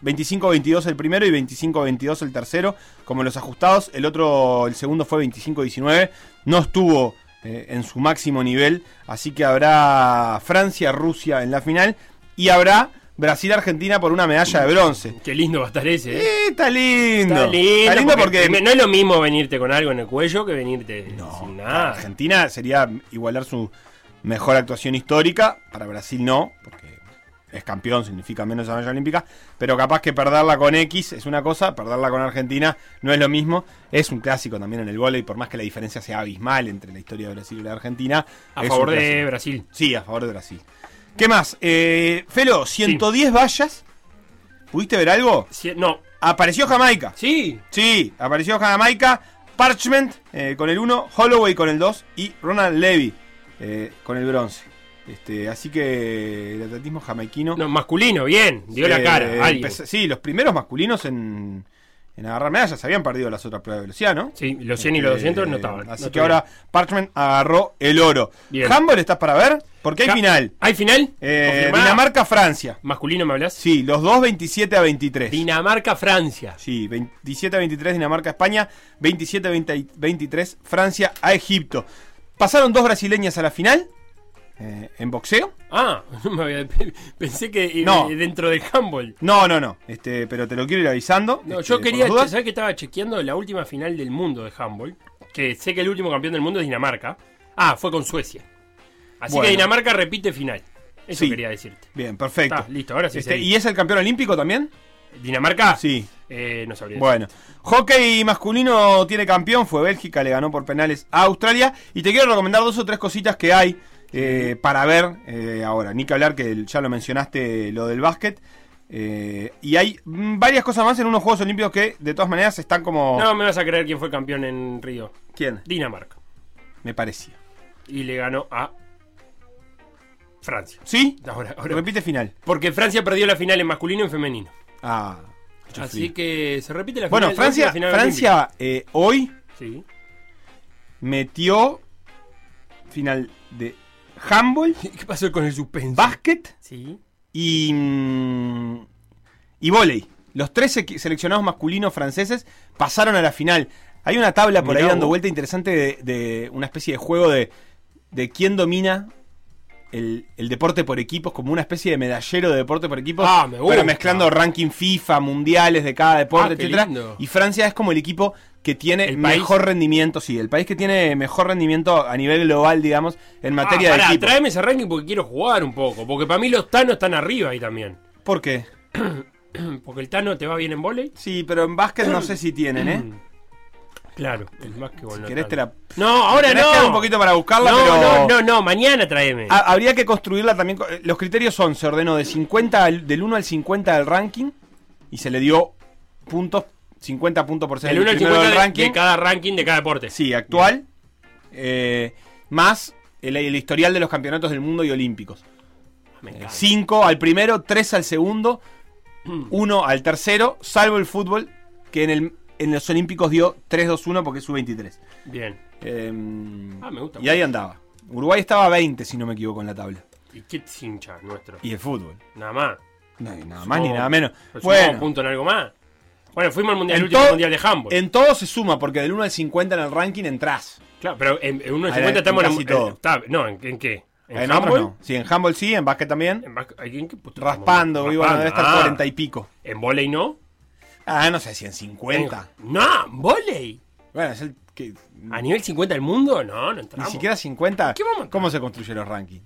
S1: 25-22 el primero y 25-22 el tercero, como los ajustados. El otro, el segundo fue 25-19. No estuvo eh, en su máximo nivel, así que habrá Francia-Rusia en la final y habrá Brasil-Argentina por una medalla de bronce.
S2: Qué lindo va a estar ese. ¿eh?
S1: Eh, está lindo.
S2: Está lindo,
S1: porque,
S2: primero, no es lo mismo venirte con algo en el cuello que venirte
S1: No,
S2: sin
S1: para
S2: nada.
S1: Argentina sería igualar su mejor actuación histórica. Para Brasil no, porque es campeón, significa menos medalla olímpica. Pero capaz que perderla con X es una cosa, perderla con Argentina no es lo mismo. Es un clásico también en el vóley, por más que la diferencia sea abismal entre la historia de Brasil y la de Argentina.
S2: A
S1: es
S2: favor
S1: un
S2: de
S1: clásico.
S2: Brasil.
S1: Sí, a favor de Brasil. ¿Qué más? Eh, Felo, 110 vallas. ¿Pudiste ver algo?
S2: Sí, no.
S1: Apareció Jamaica.
S2: Sí.
S1: Sí, apareció Jamaica, Parchment eh, con el 1, Holloway con el 2 y Ronald Levy eh, con el bronce. Este, así que el atletismo jamaiquino.
S2: No, masculino, bien. Dio la
S1: eh,
S2: cara. alguien.
S1: empezó- sí, los primeros masculinos en, en agarrar medallas habían perdido las otras pruebas de velocidad, ¿no?
S2: Sí, los 100 y los
S1: Eh,
S2: 200 no estaban.
S1: Así
S2: no
S1: que
S2: estuvieron.
S1: ahora Parchment agarró el oro.
S2: Bien.
S1: Humble estás para ver, porque hay
S2: Ya-
S1: final.
S2: ¿Hay final?
S1: Eh,
S2: Confirmá.
S1: Dinamarca-Francia.
S2: ¿Masculino me hablas?
S1: Sí, los dos 27 a 23.
S2: Dinamarca-Francia.
S1: Sí, 27 a 23 Dinamarca a España, 27 a 20 23 Francia a Egipto. Pasaron dos brasileñas a la final eh, en boxeo.
S2: Ah, no me había- pe- pensé que eh,
S1: No.
S2: dentro del handball.
S1: No, no, no. Este, pero te lo quiero ir avisando.
S2: No,
S1: este,
S2: yo
S1: por
S2: quería,
S1: las dudas.
S2: ¿sabes que estaba chequeando la última final del mundo de handball? Que sé que el último campeón del mundo es Dinamarca. Ah, fue con Suecia. Así
S1: Bueno.
S2: que Dinamarca repite final. Eso
S1: Sí.
S2: quería decirte.
S1: Bien, perfecto.
S2: Está, Ah, listo, ahora sí
S1: Este,
S2: seguí.
S1: ¿Y es el campeón olímpico también?
S2: ¿Dinamarca?
S1: Sí.
S2: Eh, no sabría.
S1: Bueno, hockey masculino tiene campeón, fue Bélgica, le ganó por penales a Australia. Y te quiero recomendar dos o tres cositas que hay eh, para ver eh, ahora. Ni que hablar que el- ya lo mencionaste, lo del básquet. Eh, y hay mm, varias cosas más en unos Juegos Olímpicos que de todas maneras están como...
S2: No me vas a creer quién fue campeón en Río.
S1: ¿Quién?
S2: Dinamarca.
S1: Me parecía.
S2: Y le ganó a Francia.
S1: ¿Sí?
S2: Ahora, ahora.
S1: Repite final.
S2: Porque Francia perdió la final en masculino y en femenino.
S1: Ah. mucho
S2: Así
S1: frío.
S2: que se repite la
S1: Bueno,
S2: final.
S1: Francia,
S2: la final
S1: Francia eh, hoy
S2: olímpica. Sí.
S1: metió final de handball,
S2: ¿Qué pasó con el suspenso?
S1: básquet
S2: Sí.
S1: y, mm, y volei. Los tres sequ- seleccionados masculinos franceses pasaron a la final. Hay una tabla por
S2: Mirá
S1: ahí
S2: vos.
S1: dando vuelta interesante de, de una especie de juego de, de quién domina el, el deporte por equipos, como una especie de medallero de deporte por equipos.
S2: Ah, me gusta.
S1: Pero mezclando ranking FIFA, mundiales de cada deporte,
S2: Ah, qué
S1: etcétera.
S2: lindo.
S1: Y Francia es como el equipo que tiene
S2: ¿El país?
S1: mejor rendimiento, sí, el país que tiene mejor rendimiento a nivel global, digamos, en materia
S2: Ah,
S1: de
S2: pará,
S1: equipo.
S2: tráeme ese ranking porque quiero jugar un poco. Porque para mí los Tano están arriba ahí también.
S1: ¿Por qué?
S2: Porque el Tano te va bien en volei.
S1: Sí, pero en básquet no sé si tienen,
S2: Mm.
S1: ¿eh?
S2: Claro, el más que bueno.
S1: querés te la-
S2: No, ahora
S1: Tenés que dar
S2: no.
S1: un poquito para buscarla,
S2: no,
S1: pero-
S2: no, no, no, mañana tráeme.
S1: Ha- habría que construirla también. con- eh, Los criterios son, se ordenó de 50 al- del 1 al 50 del ranking y se le dio puntos, 50 puntos por ser
S2: el 1 al
S1: primero
S2: 50 de,
S1: del ranking.
S2: de cada ranking de cada deporte.
S1: Sí, actual. eh, más el, el historial de los campeonatos del mundo y olímpicos.
S2: Me encanta.
S1: 5 al primero, 3 al segundo, 1 al tercero, salvo el fútbol, que en, el, en los olímpicos dio 3-2-1 porque es su 23.
S2: Bien.
S1: Em,
S2: Ah, me gusta.
S1: Y ahí andaba. Uruguay estaba 20, si no me equivoco, en la tabla.
S2: ¿Y qué hincha nuestro?
S1: Y el fútbol.
S2: Nada más.
S1: No, y nada más ni
S2: Sumamos-
S1: nada menos.
S2: Pero sumamos
S1: Bueno,
S2: punto en algo más. Bueno, fuimos al mundial,
S1: en,
S2: el último
S1: to-
S2: mundial de handball.
S1: en todo se suma, porque del 1 al 50 en el ranking entras.
S2: Claro, pero en, en 1 al 50
S1: Ahora,
S2: estamos
S1: Ah, en
S2: en,
S1: casi todo.
S2: en- está- no, ¿en, en qué? ¿En,
S1: En otros
S2: handball?
S1: no. Sí, en handball sí, en básquet también.
S2: ¿En, bas- ¿en qué puto estamos?
S1: Raspando, y bueno, debe estar
S2: Ah.
S1: 40 y pico.
S2: ¿En volei no?
S1: Ah, no sé si en 50.
S2: En- no, en volei.
S1: Bueno, es el que.
S2: ¿A nivel 50 del mundo? No, no
S1: Ni
S2: entramos.
S1: siquiera 50.
S2: ¿Qué vamos a-
S1: ¿Cómo se construyen los rankings?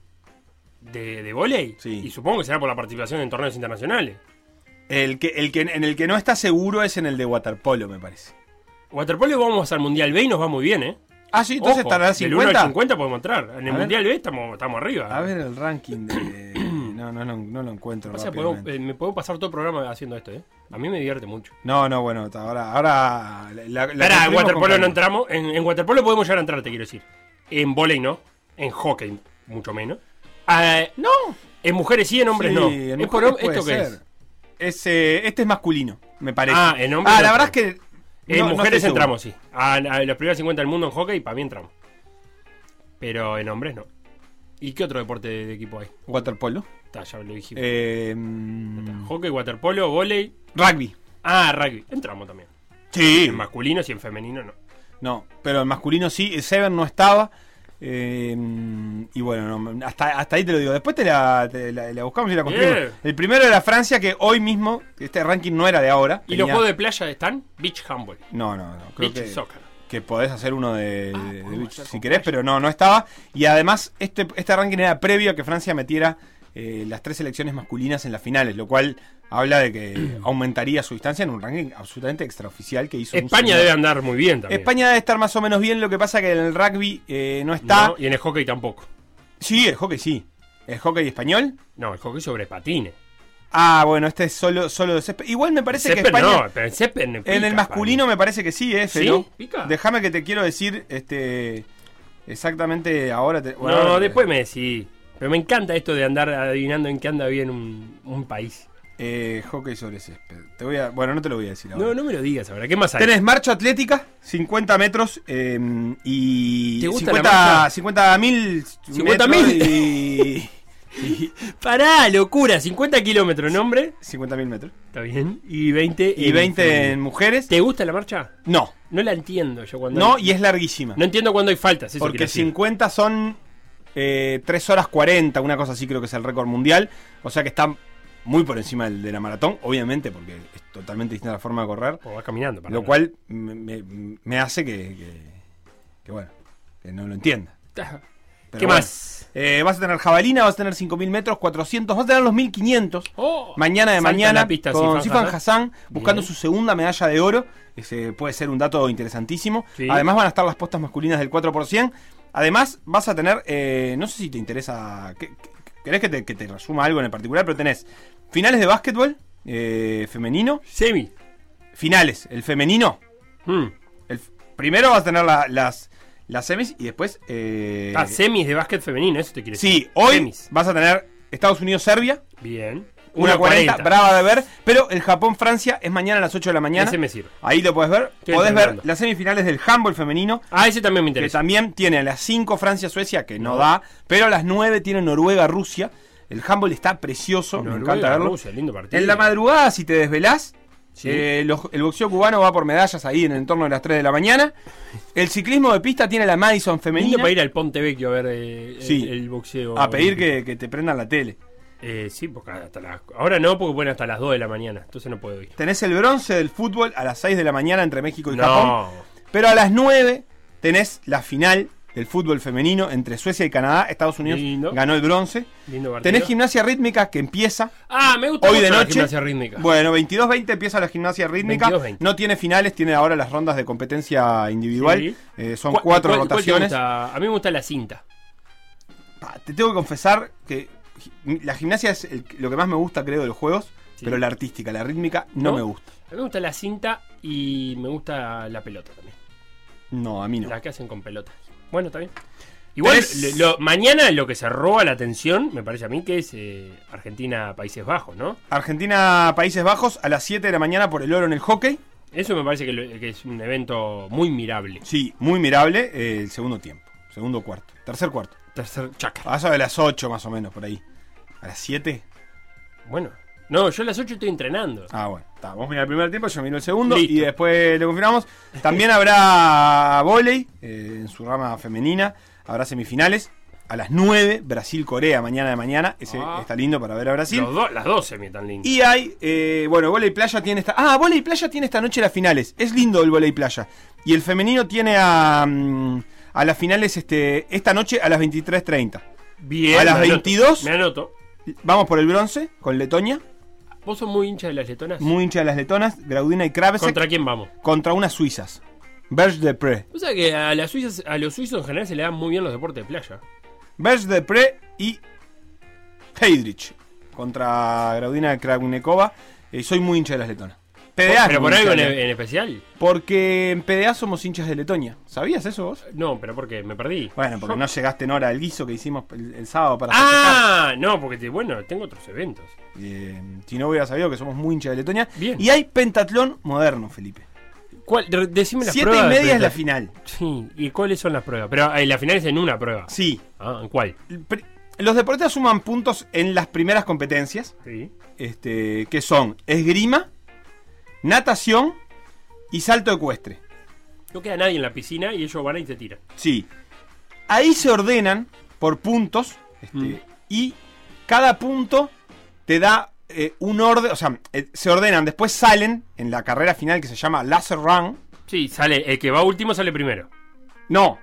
S2: ¿De, de volei?
S1: Sí.
S2: Y supongo que será por la participación en torneos internacionales.
S1: El que, el que, en el que no está seguro es en el de waterpolo, me parece.
S2: Waterpolo vamos al Mundial B y nos va muy bien, ¿eh?
S1: Ah, sí, entonces
S2: Ojo,
S1: estará
S2: Del 1 al
S1: 50.
S2: 50 podemos entrar. En el
S1: ver.
S2: Mundial B estamos, estamos arriba.
S1: A ver el ranking de. No, no, no, no lo encuentro.
S2: O sea, podemos-
S1: rápidamente.
S2: eh, me puedo pasar todo el programa haciendo esto, ¿eh? A mí me divierte mucho.
S1: No, no, bueno, ta- ahora. ahora la, la- la
S2: Pará, en
S1: construimos con
S2: waterpolo
S1: calma.
S2: no entramos. En, en waterpolo podemos llegar a entrar, te quiero decir. En volei no. En hockey, mucho menos. Ah, no. En mujeres sí, en hombres
S1: Sí,
S2: no.
S1: en
S2: En
S1: mujeres
S2: por hom-
S1: puede
S2: ¿Esto qué
S1: ser.
S2: es?
S1: Es, eh, este es masculino, me parece.
S2: Ah, en hombres
S1: Ah, la
S2: no.
S1: verdad es que.
S2: En
S1: no- no
S2: mujeres
S1: estoy seguro.
S2: entramos, sí. A, a los primeros 50 del mundo en hockey, para mí entramos. Pero en hombres no. ¿Y qué otro deporte de, de equipo hay?
S1: Waterpolo.
S2: Está, ya lo dijimos.
S1: Eh, mm,
S2: Hockey, waterpolo, volei.
S1: rugby.
S2: Ah, rugby. Entramos también.
S1: Sí.
S2: En masculino, si en femenino no.
S1: No, pero en masculino sí. eh, Seven no estaba. eh, y bueno, no, hasta, hasta ahí te lo digo. Después te la, te la- la buscamos y la construimos.
S2: Bien.
S1: El primero era Francia, que hoy mismo. Este ranking no era de ahora.
S2: ¿Y
S1: tenía-
S2: los juegos de playa están? Beach handball.
S1: No, no, no. Creo
S2: Beach
S1: que.
S2: soccer. Ah,
S1: que podés hacer uno de, de-
S2: podemos
S1: de-
S2: hacer
S1: si
S2: con
S1: querés, pero no, no estaba. Y además, este, este ranking era previo a que Francia metiera eh, las tres selecciones masculinas en las finales, lo cual habla de que aumentaría su distancia en un ranking absolutamente extraoficial que hizo. un
S2: España
S1: señor.
S2: debe andar muy bien también.
S1: España debe estar más o menos bien, lo que pasa que en el rugby eh, no está.
S2: No, y en el hockey tampoco.
S1: Sí, el hockey sí. El hockey español.
S2: No, el hockey sobre patines.
S1: Ah, bueno, este es solo, solo de césped. Igual me parece que
S2: Césped
S1: España.
S2: no, pero en césped no
S1: En
S2: pica,
S1: el masculino me parece que sí, eh,
S2: ¿Sí?
S1: Felo.
S2: ¿Pica?
S1: Déjame que te quiero decir este exactamente ahora. Te,
S2: para
S1: bueno,
S2: mí.
S1: ahora
S2: No,
S1: te-
S2: después me decís. Pero me encanta esto de andar adivinando en qué anda bien un, un país.
S1: Eh, hockey sobre césped. Te voy a, bueno, no te lo voy a decir ahora.
S2: No, no me lo digas ahora. ¿Qué más hay?
S1: Tenés marcha atlética, 50 metros eh, y
S2: ¿Te gusta
S1: 50
S2: la
S1: 50 mil
S2: 50.000.
S1: metros y
S2: Pará, locura. 50 kilómetros en hombre.
S1: 50 mil metros
S2: Está bien. Y 20
S1: y
S2: en
S1: 20
S2: femenino.
S1: en mujeres.
S2: ¿Te gusta la marcha?
S1: No,
S2: No la entiendo yo cuando.
S1: no
S2: hay-
S1: y es larguísima.
S2: No entiendo cuando hay faltas. Eso
S1: porque
S2: quiero decir.
S1: 50 son eh, 3 horas 40, una cosa así creo que es el récord mundial. O sea que está muy por encima del- de la maratón, obviamente, porque es totalmente distinta la forma de correr.
S2: O va caminando. para
S1: Lo
S2: nada.
S1: cual me, me- me hace que, que- que, bueno, que no lo entienda. Pero
S2: ¿Qué
S1: bueno.
S2: más?
S1: Eh, vas a tener jabalina, vas a tener 5.000 metros, 400, vas a tener los 1.500.
S2: Oh,
S1: Mañana de
S2: salta
S1: mañana
S2: la pista Sifan
S1: con Sifan
S2: Hassan.
S1: Hassan buscando
S2: Bien.
S1: su segunda medalla de oro. Ese puede ser un dato interesantísimo.
S2: Sí.
S1: Además van a estar las postas masculinas del 4%. Además vas a tener, eh, no sé si te interesa, que- que- ¿querés que te, que te resuma algo en el particular? Pero tenés finales de básquetbol eh, femenino.
S2: Semi.
S1: Finales, el femenino.
S2: Mm.
S1: El f- primero vas a tener la- las, las semis y después... eh,
S2: ah, semis de básquet femenino, eso te quiere decir.
S1: sí, hoy
S2: Semis.
S1: vas a tener Estados Unidos-Serbia.
S2: Bien.
S1: 1.40, brava de ver. Pero el Japón-Francia es mañana a las 8 de la mañana.
S2: Ese me sirve.
S1: Ahí lo podés ver.
S2: Estoy
S1: podés ver
S2: entendiendo.
S1: las semifinales del handball femenino.
S2: Ah, ese también me
S1: Que
S2: interesa.
S1: también tiene a las 5 Francia-Suecia, que no da. Pero a las 9 tiene Noruega-Rusia. El handball está precioso. me
S2: Noruega,
S1: encanta verlo.
S2: Rusia, lindo partido.
S1: En la madrugada, si te desvelás,
S2: Sí.
S1: eh, los- el boxeo cubano va por medallas ahí en el entorno de las 3 de la mañana. El ciclismo de pista tiene la Madison
S2: Lindo
S1: femenina.
S2: para ir al Ponte Vecchio a ver eh, el,
S1: Sí.
S2: el boxeo.
S1: A pedir que, que te prendan la tele.
S2: Eh, sí, porque hasta las... Ahora no, porque bueno, hasta las 2 de la mañana, entonces no puedo ir.
S1: Tenés el bronce del fútbol a las 6 de la mañana entre México y Japón.
S2: No.
S1: Pero a las 9 tenés la final del fútbol femenino entre Suecia y Canadá. Estados Unidos
S2: Lindo.
S1: ganó el bronce.
S2: Lindo partido.
S1: Tenés gimnasia rítmica que empieza
S2: Ah, me gusta
S1: hoy
S2: mucho
S1: de
S2: la
S1: noche.
S2: gimnasia rítmica.
S1: Bueno, 22-20 empieza la gimnasia rítmica.
S2: 22-20.
S1: No tiene finales, tiene ahora las rondas de competencia individual.
S2: Sí.
S1: Eh, son
S2: ¿Cuál-
S1: cuatro
S2: cuál- cuál te
S1: rotaciones.
S2: gusta? a mí me gusta la cinta.
S1: Pa, te tengo que confesar que gi- la gimnasia es el- lo que más me gusta, creo, de los juegos.
S2: Sí.
S1: Pero la artística, la rítmica, no,
S2: ¿No?
S1: me gusta.
S2: A mí me gusta la cinta y me gusta la pelota también.
S1: No, a mí no.
S2: La que hacen con pelota. Bueno, está bien. Igual,
S1: Tres-
S2: lo- lo- mañana lo que se roba la atención, me parece a mí, que es eh, Argentina-Países Bajos, ¿no?
S1: Argentina, Países Bajos, a las 7 de la mañana por el oro en el hockey.
S2: Eso me parece que, lo- que es un evento muy mirable.
S1: Sí, muy mirable eh, el segundo tiempo. Segundo cuarto. Tercer cuarto.
S2: Tercer chaca.
S1: A eso de las 8 más o menos, por ahí. A las 7.
S2: Bueno. No, yo a las 8 estoy entrenando.
S1: Ah, bueno. Está, vos mirá el primer tiempo, yo miro el segundo
S2: Listo.
S1: y después lo confirmamos. También habrá volei eh, en su rama femenina. Habrá semifinales. A las 9, Brasil-Corea, mañana de mañana. Ese
S2: Ah.
S1: está lindo para ver a Brasil.
S2: Los dos- las 12 me tan lindo.
S1: Y hay, eh, bueno, volei playa tiene esta. Ah, volei playa tiene esta noche las finales. Es lindo el volei playa. Y el femenino tiene a, mm, a las finales este, esta noche a las 23.30.
S2: Bien.
S1: a las
S2: me anoto.
S1: 22.
S2: Me anoto.
S1: Vamos por el bronce con Letonia.
S2: ¿Vos sos muy hincha de las letonas?
S1: Muy hincha de las letonas, Graudina y Kravesek
S2: ¿Contra
S1: contra,
S2: quién vamos?
S1: unas suizas. Berge de Pre.
S2: O sea que a, las suizas, a los suizos en general se le dan muy bien los deportes de playa.
S1: Berge de Pre y Heydrich contra Graudina Kravnikova. Eh, soy muy hincha de las letonas. PDA es
S2: ¿Pero
S1: muy
S2: por
S1: Eh, hincha
S2: algo en, e,
S1: de la-
S2: en especial?
S1: Porque en PDA somos hinchas de Letonia. ¿Sabías eso vos?
S2: No, pero porque me perdí.
S1: Bueno, porque
S2: Yo-
S1: no llegaste en hora al guiso que hicimos el, el sábado para
S2: Ah, no, porque te- bueno, tengo otros eventos.
S1: festejar. Eh, si no hubiera sabido que somos muy hinchas de Letonia.
S2: Bien.
S1: Y hay pentatlón moderno, Felipe.
S2: ¿Cuál? Re- Decime las
S1: Siete y
S2: pruebas.
S1: media es la
S2: final.
S1: final.
S2: Sí, ¿y cuáles son las pruebas? Pero eh, la final es en una prueba.
S1: Sí.
S2: Ah, ¿En cuál?
S1: El pri- Los deportistas suman puntos en las primeras competencias,
S2: Sí.
S1: este, que son esgrima, natación y salto ecuestre.
S2: No queda nadie en la piscina y ellos van ahí y se tiran.
S1: Sí. Ahí se ordenan por puntos. este,
S2: Mm.
S1: Y cada punto te da eh, un orden. O sea, eh, se ordenan. Después salen en la carrera final que se llama Laser Run.
S2: Sí, sale. El que va último sale primero.
S1: No.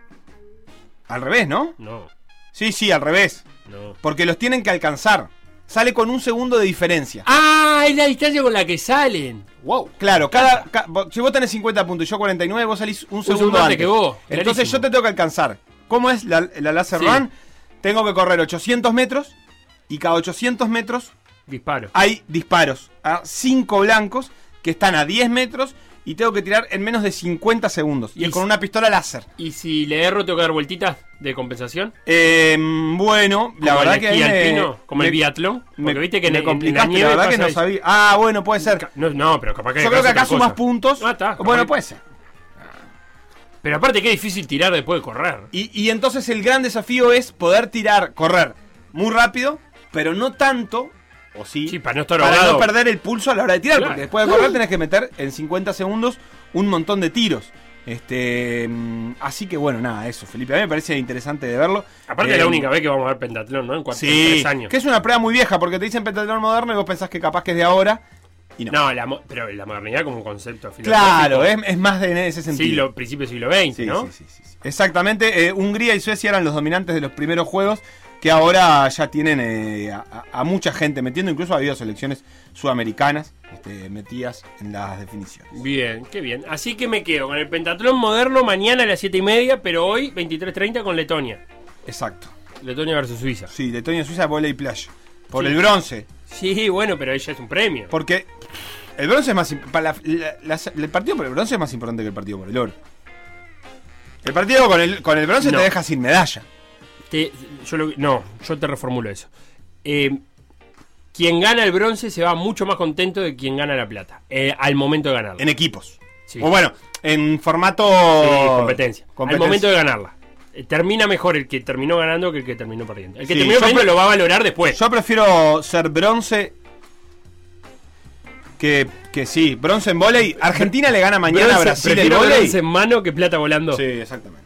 S1: Al revés, ¿no?
S2: No,
S1: Sí, sí, al revés.
S2: no.
S1: Porque los tienen que alcanzar. Sale con un segundo de diferencia.
S2: ¡Ah! Es la distancia con la que salen. ¡Wow!
S1: Claro, cada, ca- vo- si vos tenés 50 puntos y yo 49, vos salís un segundo,
S2: segundo antes
S1: antes.
S2: que vos,
S1: Entonces
S2: clarísimo.
S1: yo te tengo que alcanzar. ¿Cómo es la, la Laser
S2: Sí.
S1: Run? Tengo que correr 800 metros y cada 800 metros
S2: Disparo.
S1: hay disparos a 5 blancos que están a 10 metros y tengo que tirar en menos de 50 segundos. Y,
S2: Y
S1: con
S2: si-
S1: una pistola láser.
S2: ¿Y si le erro tengo que dar vueltitas de compensación?
S1: Eh, bueno,
S2: Em, Como
S1: la
S2: el
S1: verdad que ahí
S2: esquí
S1: me-
S2: alpino, como el
S1: me-
S2: biatlón. Porque
S1: me-
S2: viste que en-
S1: me
S2: en- en
S1: complicaste,
S2: la nieve
S1: la verdad
S2: pasa
S1: que no
S2: eso.
S1: sabía. Ah, bueno, puede ser.
S2: No, no, pero capaz que.
S1: Yo creo que
S2: pasa
S1: acá
S2: otra
S1: sumas
S2: cosa.
S1: puntos.
S2: Ah, está, capaz
S1: bueno,
S2: que-
S1: puede ser.
S2: Pero aparte, qué difícil tirar después de correr.
S1: Y, y entonces el gran desafío es poder tirar, correr muy rápido, pero no tanto, o sí,
S2: Sí, para no estar
S1: para no
S2: ahogado.
S1: perder el pulso a la hora de tirar,
S2: Claro.
S1: porque después de correr tenés que meter en 50 segundos un montón de tiros. Este, mm, así que bueno, nada, eso, Felipe. A mí me parece interesante de verlo.
S2: Aparte
S1: Eh,
S2: es la única vez que vamos a ver pentatlón, ¿no? En cuatro en
S1: Sí,
S2: tres años.
S1: que es una prueba muy vieja porque te dicen pentatlón moderno y vos pensás que capaz que es de ahora. Y no.
S2: No, la mo- pero la modernidad como concepto
S1: claro, es,
S2: filosófico,
S1: es más de en ese sentido.
S2: siglo, principio del siglo XX,
S1: Sí,
S2: ¿no?
S1: sí, sí, sí, sí. Exactamente, eh, Hungría y Suecia eran los dominantes de los primeros juegos que ahora ya tienen eh, a, a- a mucha gente metiendo, incluso ha habido selecciones sudamericanas este, metidas en las definiciones.
S2: Bien, qué bien. Así que me quedo con el pentatlón moderno mañana a las 7 y media, pero hoy 23.30 con Letonia.
S1: Exacto.
S2: Letonia versus Suiza.
S1: Sí, Letonia Suiza volei playa. Por
S2: Sí.
S1: el bronce.
S2: Sí, bueno, pero ella es un premio.
S1: Porque el bronce es más im- para la- la- la- el partido por el bronce es más importante que el partido por el oro. El partido con el, con el bronce
S2: No.
S1: te deja sin medalla.
S2: Te- yo lo- no, yo te reformulo eso. Eh, quien gana el bronce se va mucho más contento de quien gana la plata. eh, al momento de ganarla.
S1: En equipos.
S2: Sí.
S1: O bueno, en formato
S2: Sí, competencia. Al
S1: competencia.
S2: momento de ganarla. Eh, Termina mejor el que terminó ganando que el que terminó perdiendo. El que
S1: Sí,
S2: terminó
S1: yo
S2: perdiendo
S1: pre-
S2: lo va a valorar después.
S1: Yo prefiero ser bronce que, que sí, bronce en volei. Argentina le gana mañana a
S2: Bronce-
S1: Brasil en
S2: prefiero
S1: volei.
S2: bronce en mano que plata volando.
S1: Sí, exactamente.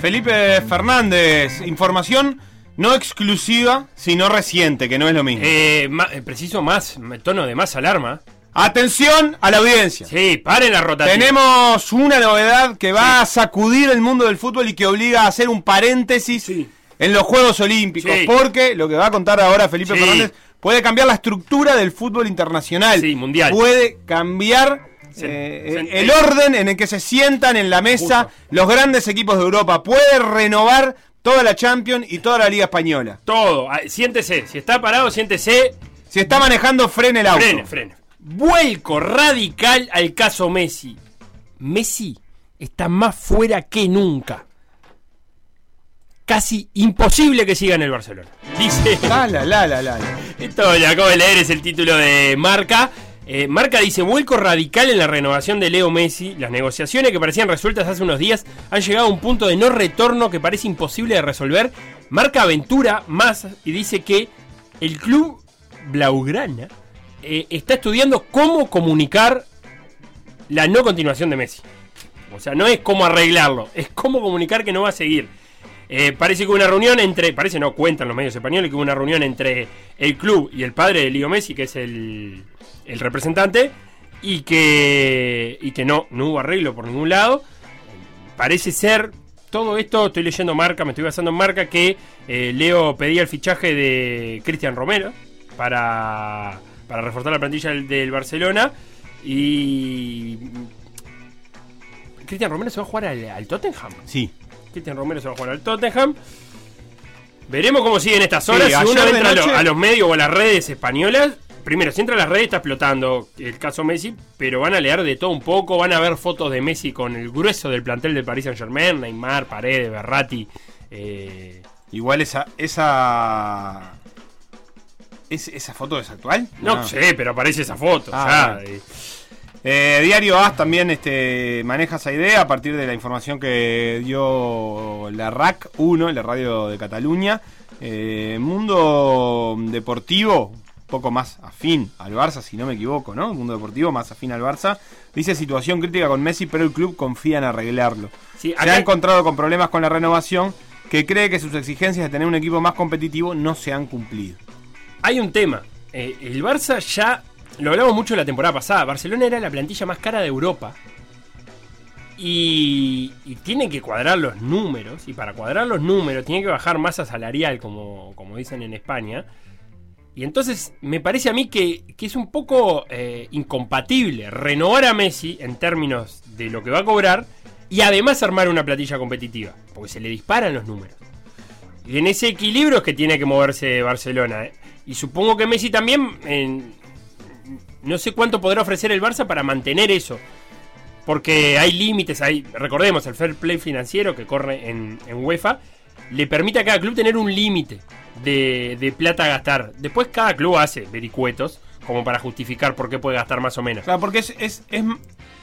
S1: Felipe Fernández, información no exclusiva, sino reciente, que no es lo mismo.
S2: Eh, ma- eh, preciso más, tono de más alarma.
S1: Atención a la audiencia.
S2: Sí, paren la rotación.
S1: Tenemos una novedad que va a sacudir el mundo del fútbol y que obliga a hacer un paréntesis
S2: Sí.
S1: en los Juegos Olímpicos,
S2: Sí.
S1: porque lo que va a contar ahora Felipe
S2: Sí.
S1: Fernández puede cambiar la estructura del fútbol internacional.
S2: Sí, mundial.
S1: Puede cambiar
S2: Se-
S1: eh,
S2: se-
S1: el- el orden en el que se sientan en la mesa
S2: Justo.
S1: los grandes equipos de Europa. Puede renovar toda la Champions y toda la Liga Española.
S2: Todo. Ah, Siéntese. Si está parado, siéntese.
S1: Si está manejando, frene el auto.
S2: Frene, frene. Vuelco radical al caso Messi. Messi está más fuera que nunca. Casi imposible que siga en el Barcelona. Dice.
S1: Ah, La, la, la, la, la, la.
S2: Esto lo acabo de leer, es el título de Marca. Eh, Marca dice, vuelco radical en la renovación de Leo Messi. Las negociaciones que parecían resueltas hace unos días han llegado a un punto de no retorno que parece imposible de resolver. Marca aventura más y dice que el club Blaugrana eh, está estudiando cómo comunicar la no continuación de Messi. O sea, no es cómo arreglarlo, es cómo comunicar que no va a seguir. Eh, parece que hubo una reunión entre, parece no cuentan los medios españoles, que hubo una reunión entre el club y el padre de Leo Messi, que es el, el representante, y que, y que no, no hubo arreglo por ningún lado. Parece ser, todo esto estoy leyendo marca, me estoy basando en marca, que eh, Leo pedía el fichaje de Cristian Romero para, para reforzar la plantilla del, del Barcelona. Y... Cristian Romero se va a jugar al, al Tottenham.
S1: Sí.
S2: Cristian Romero se va a jugar al Tottenham. Veremos cómo siguen estas horas.
S1: Sí,
S2: si
S1: ayer
S2: uno
S1: de
S2: entra a, lo-
S1: noche-
S2: a los medios o a las redes españolas, primero, si entra a las redes está explotando el caso Messi, pero van a leer de todo un poco, van a ver fotos de Messi con el grueso del plantel del Paris Saint Germain, Neymar, Paredes, Berratti. eh,
S1: Igual esa. esa... ¿Es- ¿Esa foto es actual?
S2: no, sé, pero aparece esa foto.
S1: Ah,
S2: ya, eh.
S1: Eh, Diario AS también este, maneja esa idea a partir de la información que dio la RAC 1, la radio de Cataluña. Eh, mundo deportivo, un poco más afín al Barça, si no me equivoco, ¿no? Mundo deportivo más afín al Barça. Dice situación crítica con Messi, pero el club confía en arreglarlo.
S2: Sí,
S1: Se ha
S2: acá-
S1: encontrado con problemas con la renovación, que cree que sus exigencias de tener un equipo más competitivo no se han cumplido.
S2: Hay un tema. Eh, el Barça ya. Lo hablamos mucho la temporada pasada. Barcelona era la plantilla más cara de Europa. Y, y tienen que cuadrar los números. Y para cuadrar los números, tiene que bajar masa salarial, como, como dicen en España. Y entonces me parece a mí que, que es un poco eh, incompatible renovar a Messi en términos de lo que va a cobrar y además armar una platilla competitiva, porque se le disparan los números. Y en ese equilibrio es que tiene que moverse Barcelona. ¿eh? Y supongo que Messi también en- no sé cuánto podrá ofrecer el Barça para mantener eso. Porque hay límites, hay, recordemos, el fair play financiero que corre en, en UEFA le permite a cada club tener un límite de, de plata a gastar. Después cada club hace vericuetos como para justificar por qué puede gastar más o menos.
S1: Claro, porque es, es, es,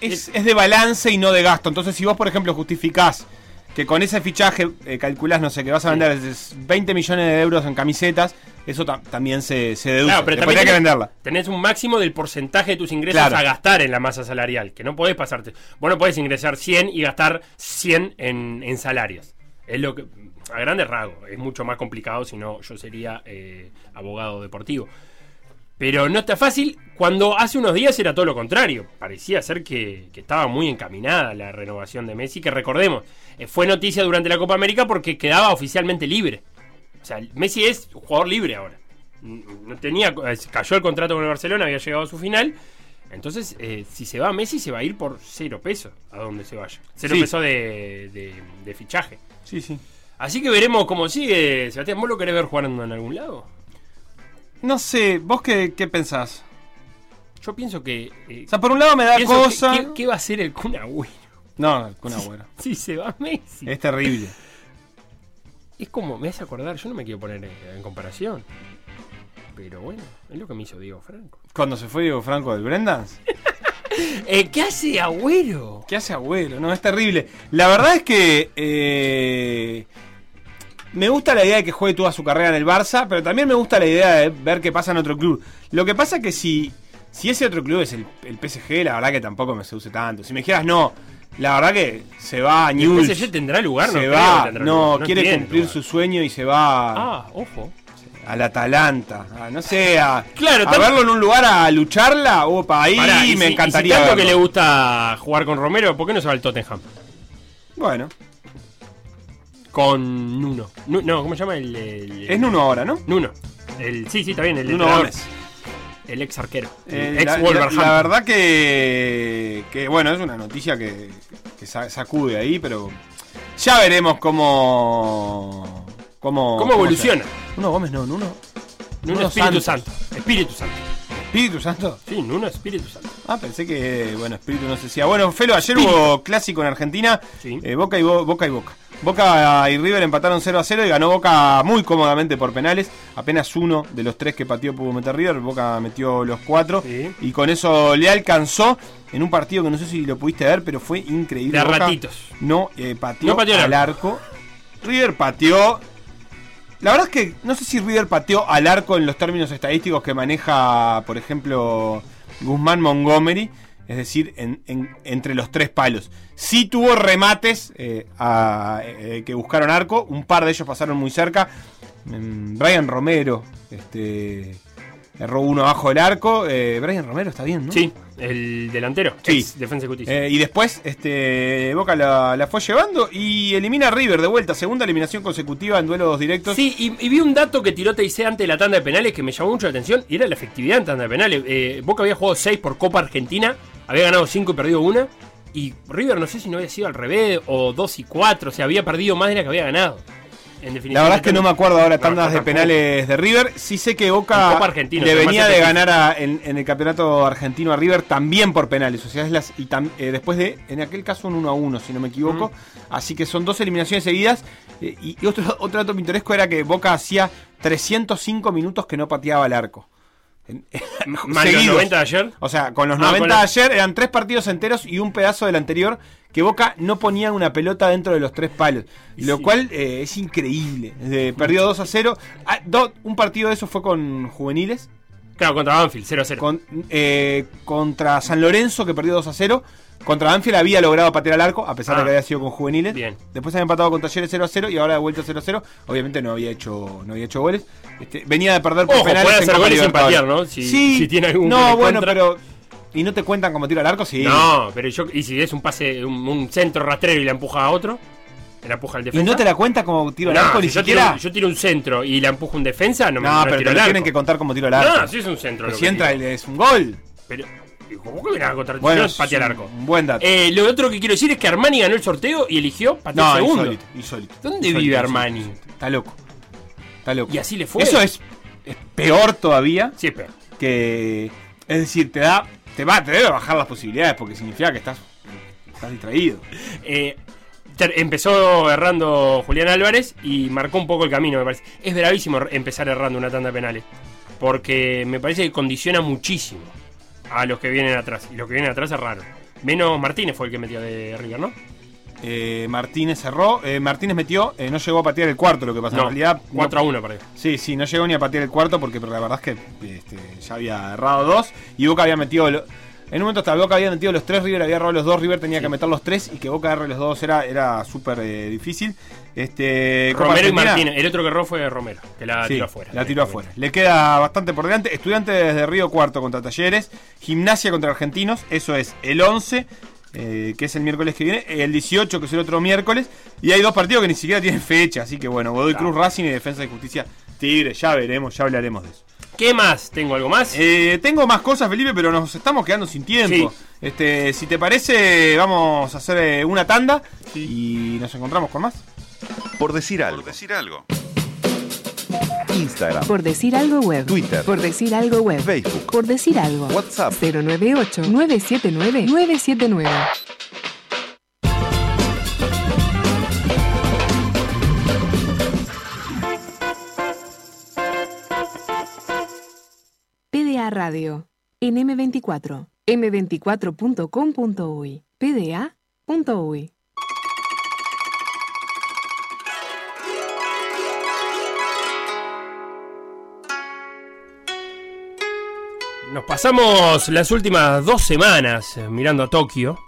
S1: es- es de balance y no de gasto. Entonces, si vos, por ejemplo, justificás que con ese fichaje eh, calculás, no sé, que vas a vender es- 20 millones de euros en camisetas, eso ta- también se, se deduce.
S2: Claro, pero
S1: Después
S2: también
S1: hay que
S2: tenés-
S1: venderla.
S2: Tenés un máximo del porcentaje de tus ingresos
S1: Claro.
S2: a gastar en la masa salarial, que no podés pasarte. Vos no podés ingresar 100 y gastar 100 en, en salarios. Es lo que, a grandes rasgos, es mucho más complicado, si no yo sería eh, abogado deportivo. Pero no está fácil. Cuando hace unos días era todo lo contrario. Parecía ser que, que estaba muy encaminada la renovación de Messi, que recordemos, eh, fue noticia durante la Copa América porque quedaba oficialmente libre. O sea, Messi es jugador libre ahora. No tenía, eh, cayó el contrato con el Barcelona, había llegado a su final. Entonces, eh, si se va Messi, se va a ir por cero peso a donde se vaya. Cero
S1: Sí.
S2: peso de, de- de fichaje.
S1: Sí, sí.
S2: Así que veremos cómo sigue. Sebastián, ¿vos lo querés ver jugando en algún lado?
S1: No sé, ¿vos qué, qué pensás?
S2: Yo pienso que. eh,
S1: O sea, por un lado me da
S2: pienso que-
S1: cosa.
S2: ¿qué, qué va a hacer el Kun Agüero
S1: No, no, Kun Agüero.
S2: si se va Messi?
S1: Es terrible.
S2: Es como, me hace acordar, yo no me quiero poner eh, en comparación. Pero bueno, es lo que me hizo Diego Franco.
S1: Cuando se fue Diego Franco del Brendans.
S2: Eh, ¿Qué hace Agüero?
S1: ¿Qué hace abuelo? No, es terrible. La verdad es que eh, me gusta la idea de que juegue toda su carrera en el Barça, pero también me gusta la idea de ver qué pasa en otro club. Lo que pasa que si, si ese otro club es el, el PSG, la verdad que tampoco me seduce tanto. Si me dijeras no, la verdad que se va a
S2: ¿El
S1: Newell's,
S2: PSG Pues tendrá lugar?
S1: se
S2: creo que
S1: va,
S2: tendrá
S1: no,
S2: lugar,
S1: quiere
S2: tiene
S1: cumplir
S2: lugar.
S1: su sueño y se va
S2: Ah, ojo.
S1: al Atalanta, a- no sé, a,
S2: Claro,
S1: a
S2: tam-
S1: verlo en un lugar a lucharla, opa, ahí
S2: Pará,
S1: me
S2: si-
S1: encantaría.
S2: si tanto que
S1: verlo.
S2: le gusta jugar con Romero, ¿por qué no se va al Tottenham?
S1: Bueno,
S2: Con Nuno. Nu- no, ¿cómo se llama el...? el-
S1: es Nuno ahora, ¿no?
S2: Nuno. El, sí, sí, está bien. El,
S1: Nuno
S2: entrenador.
S1: Gómez.
S2: el ex arquero.
S1: Eh,
S2: El ex
S1: la, la-
S2: Wolverhampton.
S1: la verdad que, que, bueno, es una noticia que, que sa- sacude ahí, pero ya veremos cómo. ¿Cómo,
S2: ¿Cómo evoluciona?
S1: sea. Nuno Gómez no, Nuno.
S2: Nuno,
S1: Nuno
S2: Espíritu
S1: Santos.
S2: Santo. Espíritu Santo.
S1: Espíritu Santo.
S2: Sí, Nuno Espíritu Santo.
S1: Ah, pensé que, bueno, Espíritu no se decía. Bueno, Felo, ayer hubo clásico en Argentina.
S2: Sí.
S1: eh, Boca, y Bo- Boca y Boca. Boca y River empataron 0 a 0 y ganó Boca muy cómodamente por penales. Apenas uno de los tres que pateó pudo meter River. Boca metió los cuatro.
S2: Sí.
S1: Y con eso le alcanzó en un partido que no sé si lo pudiste ver, pero fue increíble.
S2: De a
S1: Boca
S2: ratitos.
S1: No eh, pateó,
S2: No pateó al
S1: al arco. River pateó. La verdad es que no sé si River pateó al arco en los términos estadísticos que maneja, por ejemplo, Guzmán Montgomery. Es decir, en- en- entre los tres palos. Sí tuvo remates eh, a- eh, que buscaron arco. Un par de ellos pasaron muy cerca. Mm, Brian Romero este, erró uno abajo del arco. Eh, Brian Romero está bien, ¿no?
S2: Sí, el delantero.
S1: Sí.
S2: ex Defensa y Justicia.
S1: Eh, y después este, Boca la, la fue llevando y elimina a River de vuelta. Segunda eliminación consecutiva en duelos directos.
S2: Sí, y, y vi un dato que tiró Teise antes de la tanda de penales que me llamó mucho la atención y era la efectividad en tanda de penales. Eh, Boca había jugado 6 por Copa Argentina, había ganado 5 y perdido una. Y River no sé si no había sido al revés o 2 y 4, o sea, había perdido más de la que había ganado. En definitiva,
S1: La verdad es que no me acuerdo ahora
S2: No,
S1: tandas
S2: yo
S1: de
S2: tampoco.
S1: penales de River. Sí sé que
S2: En
S1: Boca
S2: Copa Argentina,
S1: le
S2: pero
S1: venía
S2: más
S1: de
S2: específico.
S1: ganar a- en, en el campeonato argentino a River también por penales. O sea, es las, y tam- eh, después de, en aquel caso, un 1 a 1, si no me equivoco. Así que son dos eliminaciones seguidas. Eh, y y otro, otro dato pintoresco era que Boca hacía 305 minutos que no pateaba al arco. En-
S2: Más los
S1: seguidos.
S2: 90 de ayer.
S1: O sea, con los
S2: Ah,
S1: 90
S2: con la-
S1: ayer eran tres partidos enteros y un pedazo del anterior que Boca no ponía una pelota dentro de los tres palos. Lo
S2: Sí.
S1: cual eh, es increíble. Eh, perdió 2 a 0. Ah, do- un partido de eso fue con juveniles.
S2: Claro, contra Banfield, 0 a 0.
S1: Con, eh, contra San Lorenzo, que perdió 2 a 0. Contra Banfield había logrado patear al arco, a pesar de
S2: Ah.
S1: que había sido con juveniles.
S2: Bien.
S1: Después había empatado con Talleres 0 a 0 y ahora de vuelta 0 a 0. Obviamente no había hecho, no había hecho goles. Este, venía de perder por
S2: Ojo,
S1: penales
S2: puede
S1: en
S2: hacer
S1: Copa
S2: goles sin
S1: Libertadores.
S2: patear, ¿no? Si-
S1: sí,
S2: si tiene algún gol
S1: No,
S2: en
S1: bueno,
S2: contra.
S1: pero. ¿Y no te cuentan cómo tiro al arco? Sí.
S2: No, pero yo. ¿Y si es un pase, un, un centro rastrero y la empuja a otro? ¿La empuja al
S1: ¿Y
S2: defensa?
S1: no te la cuenta como tiro al
S2: No,
S1: arco
S2: si
S1: ni
S2: yo,
S1: siquiera?
S2: tiro, yo tiro un centro y la empujo un defensa, no me
S1: no,
S2: no
S1: pero
S2: tiro
S1: te
S2: al
S1: lo
S2: arco.
S1: tienen que contar como tiro al arco.
S2: No, sí es un centro.
S1: Pero
S2: lo
S1: si
S2: que
S1: entra,
S2: tiro.
S1: es un gol.
S2: Pero, ¿cómo que me la hago contra
S1: Bueno,
S2: bueno,
S1: es
S2: patear
S1: un
S2: arco?
S1: buen dato.
S2: Eh, lo otro que quiero decir es que Armani ganó el sorteo y eligió patear
S1: No,
S2: segundo.
S1: insólito, insólito.
S2: ¿Dónde
S1: Insólito,
S2: vive
S1: insólito,
S2: Armani?
S1: insólito. Está loco. Está loco.
S2: Y así le fue.
S1: Eso es, es peor todavía
S2: Sí, pero.
S1: que. Es decir, te da. Te va, te debe bajar las posibilidades porque significa que estás. Estás distraído.
S2: Eh, ter- empezó errando Julián Álvarez y marcó un poco el camino, me parece. Es bravísimo er- empezar errando una tanda de penales. Porque me parece que condiciona muchísimo a los que vienen atrás. Y los que vienen atrás erraron. Menos Martínez fue el que metió de River, ¿no?
S1: Eh, Martínez cerró. eh, Martínez metió. eh, no llegó a patear el cuarto, lo que pasa.
S2: No,
S1: en realidad.
S2: 4 a
S1: no-
S2: 1, parece.
S1: Sí, sí, no llegó ni a patear el cuarto porque la verdad es que este, ya había errado dos y Boca había metido. lo- en un momento hasta Boca había metido los tres, River había errado los dos, River tenía que meter los tres y que Boca erre los dos era, era súper eh, difícil. Este, Copa
S2: Romero y
S1: Argentina,
S2: Martínez. El otro que erró fue Romero, que la
S1: sí,
S2: tiró afuera.
S1: La tiró afuera. Le queda bastante por delante. Estudiantes de Río Cuarto contra Talleres, Gimnasia contra Argentinos, eso es el 11. eh, que es el miércoles que viene, el 18 que es el otro miércoles, y hay dos partidos que ni siquiera tienen fecha, así que bueno, Godoy
S2: Claro.
S1: Cruz, Racing y Defensa de Justicia Tigre, ya veremos, ya hablaremos de eso.
S2: ¿Qué más? ¿Tengo algo más?
S1: Eh, tengo más cosas, Felipe, pero nos estamos quedando sin tiempo.
S2: Sí.
S1: Este, si te parece, vamos a hacer eh, una tanda y nos encontramos con más.
S6: Por decir algo. Instagram.
S3: Por decir algo web.
S6: Twitter.
S3: Por decir algo web.
S6: Facebook.
S3: Por decir algo.
S6: WhatsApp.
S3: 098-979-979. PDA Radio. En M24. m24.com.uy. PDA.uy.
S2: Nos pasamos las últimas dos semanas eh, mirando a Tokio.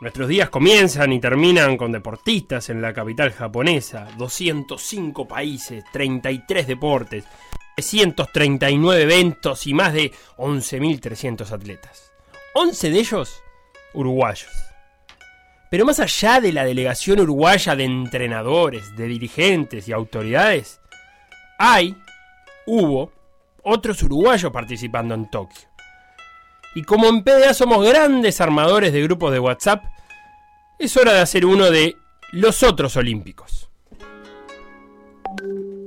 S2: Nuestros días comienzan y terminan con deportistas en la capital japonesa. 205 países, 33 deportes, 339 eventos y más de 11.300 atletas. 11 de ellos uruguayos. Pero más allá de la delegación uruguaya de entrenadores, de dirigentes y autoridades, hay, hubo, otros uruguayos participando en Tokio. Y como en PDA somos grandes armadores de grupos de WhatsApp, es hora de hacer uno de los otros olímpicos.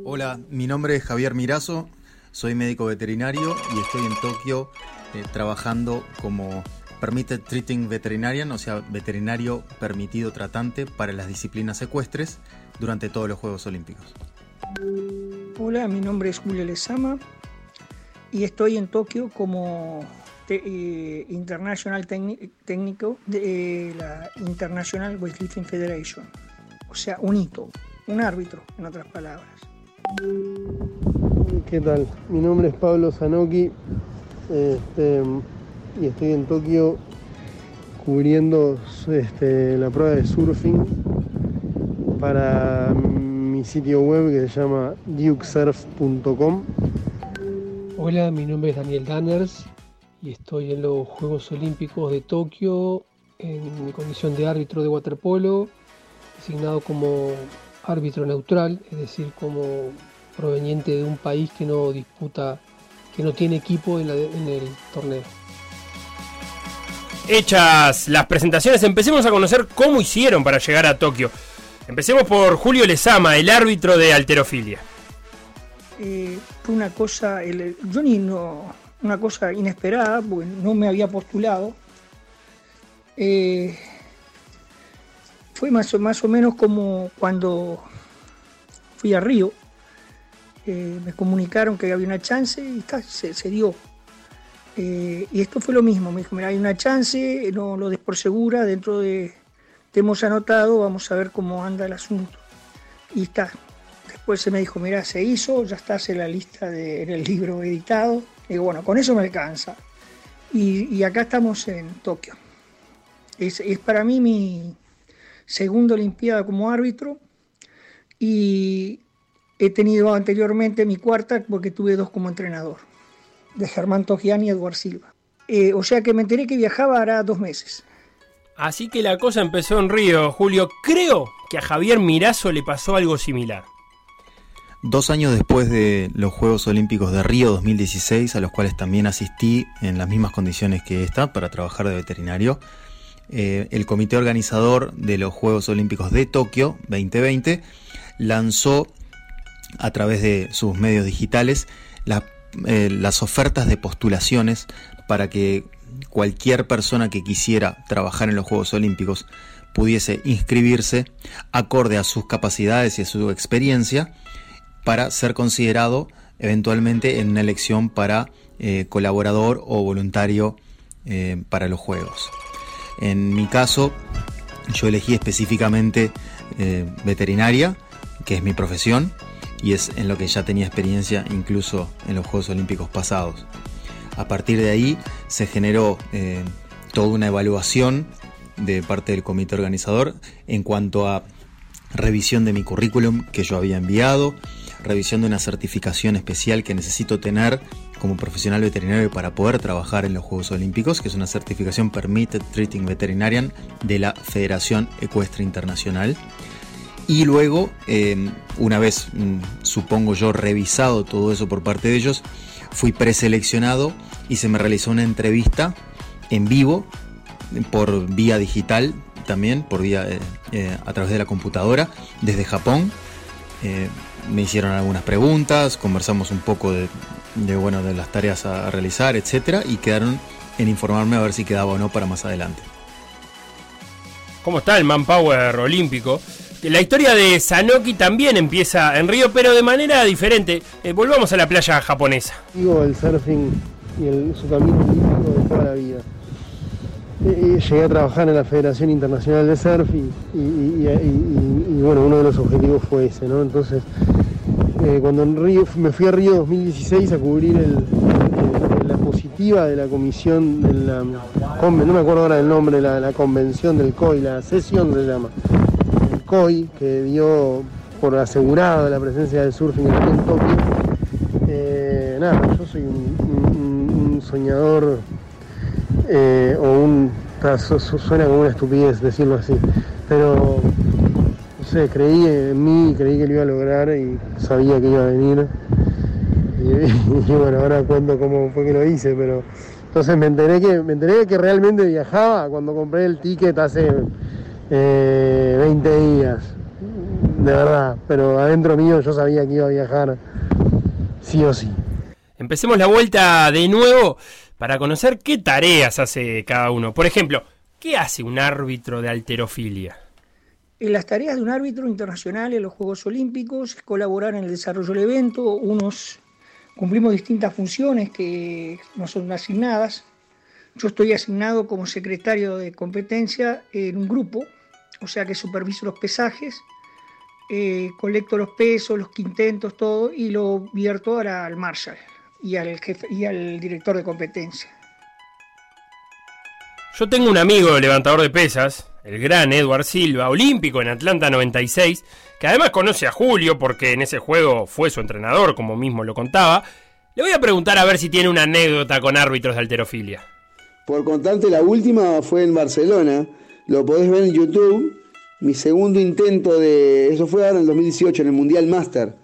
S7: Hola, mi nombre es Javier Mirazo, soy médico veterinario y estoy en Tokio eh, trabajando como Permitted Treating Veterinarian, o sea, veterinario permitido tratante para las disciplinas ecuestres durante todos los Juegos Olímpicos.
S8: Hola, mi nombre es Julio Lezama y estoy en Tokio como te- eh, International Techni- Técnico de eh, la International Weightlifting Federation. O sea, un hito, un árbitro, en otras palabras.
S9: ¿Qué tal? Mi nombre es Pablo Zanoki este, y estoy en Tokio cubriendo este, la prueba de surfing para mi sitio web que se llama dukesurf.com.
S10: Hola, mi nombre es Daniel Danners y estoy en los Juegos Olímpicos de Tokio en mi condición de árbitro de waterpolo, designado como árbitro neutral, es decir, como proveniente de un país que no disputa, que no tiene equipo en, la- en el torneo.
S2: Hechas las presentaciones, empecemos a conocer cómo hicieron para llegar a Tokio. Empecemos por Julio Lezama, el árbitro de alterofilia.
S8: eh, fue una cosa, el- el- yo ni no, una cosa inesperada, porque no me había postulado. Eh, fue más o, más o menos como cuando fui a Río, eh, me comunicaron que había una chance y ta, se, se dio. Eh, y esto fue lo mismo, me dijo, mira, hay una chance, no lo des por segura, dentro de, te hemos anotado, vamos a ver cómo anda el asunto. Y está, Después se me dijo, mira, se hizo, ya estás en la lista, de, en el libro editado. Y digo, bueno, con eso me alcanza. Y, y acá estamos en Tokio. Es, es para mí mi segunda Olimpiada como árbitro y he tenido anteriormente mi cuarta porque tuve dos como entrenador, de Germán Togiani y Eduard Silva. Eh, o sea que me enteré que viajaba hará dos meses.
S2: Así que la cosa empezó en Río, Julio. Creo que a Javier Mirazo le pasó algo similar.
S7: Dos años después de los Juegos Olímpicos de Río 2016, a los cuales también asistí en las mismas condiciones que esta para trabajar de veterinario, eh, el comité organizador de los Juegos Olímpicos de Tokio 2020 lanzó a través de sus medios digitales la eh, las ofertas de postulaciones para que cualquier persona que quisiera trabajar en los Juegos Olímpicos pudiese inscribirse acorde a sus capacidades y a su experiencia para ser considerado eventualmente en una elección para eh, colaborador o voluntario eh, para los Juegos. En mi caso, yo elegí específicamente eh, veterinaria, que es mi profesión, y es en lo que ya tenía experiencia incluso en los Juegos Olímpicos pasados. A partir de ahí se generó eh, toda una evaluación de parte del comité organizador en cuanto a revisión de mi currículum que yo había enviado, revisión de una certificación especial que necesito tener como profesional veterinario para poder trabajar en los Juegos Olímpicos, que es una certificación Permitted Treating Veterinarian de la Federación Ecuestre Internacional. Y luego, eh, una vez, mm, supongo yo, revisado todo eso por parte de ellos, fui preseleccionado y se me realizó una entrevista en vivo, por vía digital también, por vía eh, eh, a través de la computadora, desde Japón. Eh, me hicieron algunas preguntas, conversamos un poco de, de, bueno, de las tareas a realizar, etcétera, y quedaron en informarme a ver si quedaba o no para más adelante.
S2: ¿Cómo está el manpower olímpico? La historia de Sanoki también empieza en Río, pero de manera diferente. Eh, volvamos a la playa japonesa.
S9: Digo, el surfing y el- su camino olímpico de toda la vida. Eh, eh, Llegué a trabajar en la Federación Internacional de Surf y, y- y- y- y- y, bueno, uno de los objetivos fue ese, ¿no? Entonces, eh, cuando en Río, me fui a Río 2016 a cubrir el- el- la positiva de la comisión, de la, conven- no me acuerdo ahora el nombre, la, la convención del COI, la sesión se llama, el COI, que dio por asegurada la presencia del surfing aquí en Tokio. Eh, nada, yo soy un, un- un- un soñador eh, o un. ta, su- su- suena como una estupidez decirlo así, pero no sé, creí en mí, creí que lo iba a lograr y sabía que iba a venir. Y, y bueno, ahora cuento cómo fue que lo hice, pero entonces me enteré que me enteré que realmente viajaba cuando compré el ticket hace eh, 20 días, de verdad, pero adentro mío yo sabía que iba a viajar sí o sí.
S2: Empecemos la vuelta de nuevo para conocer qué tareas hace cada uno. Por ejemplo, ¿qué hace un árbitro de alterofilia?
S8: Y las tareas de un árbitro internacional en los Juegos Olímpicos es colaborar en el desarrollo del evento. Unos cumplimos distintas funciones que nos son asignadas. Yo estoy asignado como secretario de competencia en un grupo, o sea que superviso los pesajes, eh, colecto los pesos, los quintentos, todo, y lo vierto ahora al marshal y al, jefe, y al director de competencia.
S2: Yo tengo un amigo levantador de pesas, el gran Edward Silva, olímpico en Atlanta 96, que además conoce a Julio porque en ese juego fue su entrenador, como mismo lo contaba. Le voy a preguntar a ver si tiene una anécdota con árbitros de alterofilia.
S11: Por contarte, la última fue en Barcelona. Lo podés ver en YouTube. Mi segundo intento de. Eso fue ahora en el 2018, en el Mundial Master.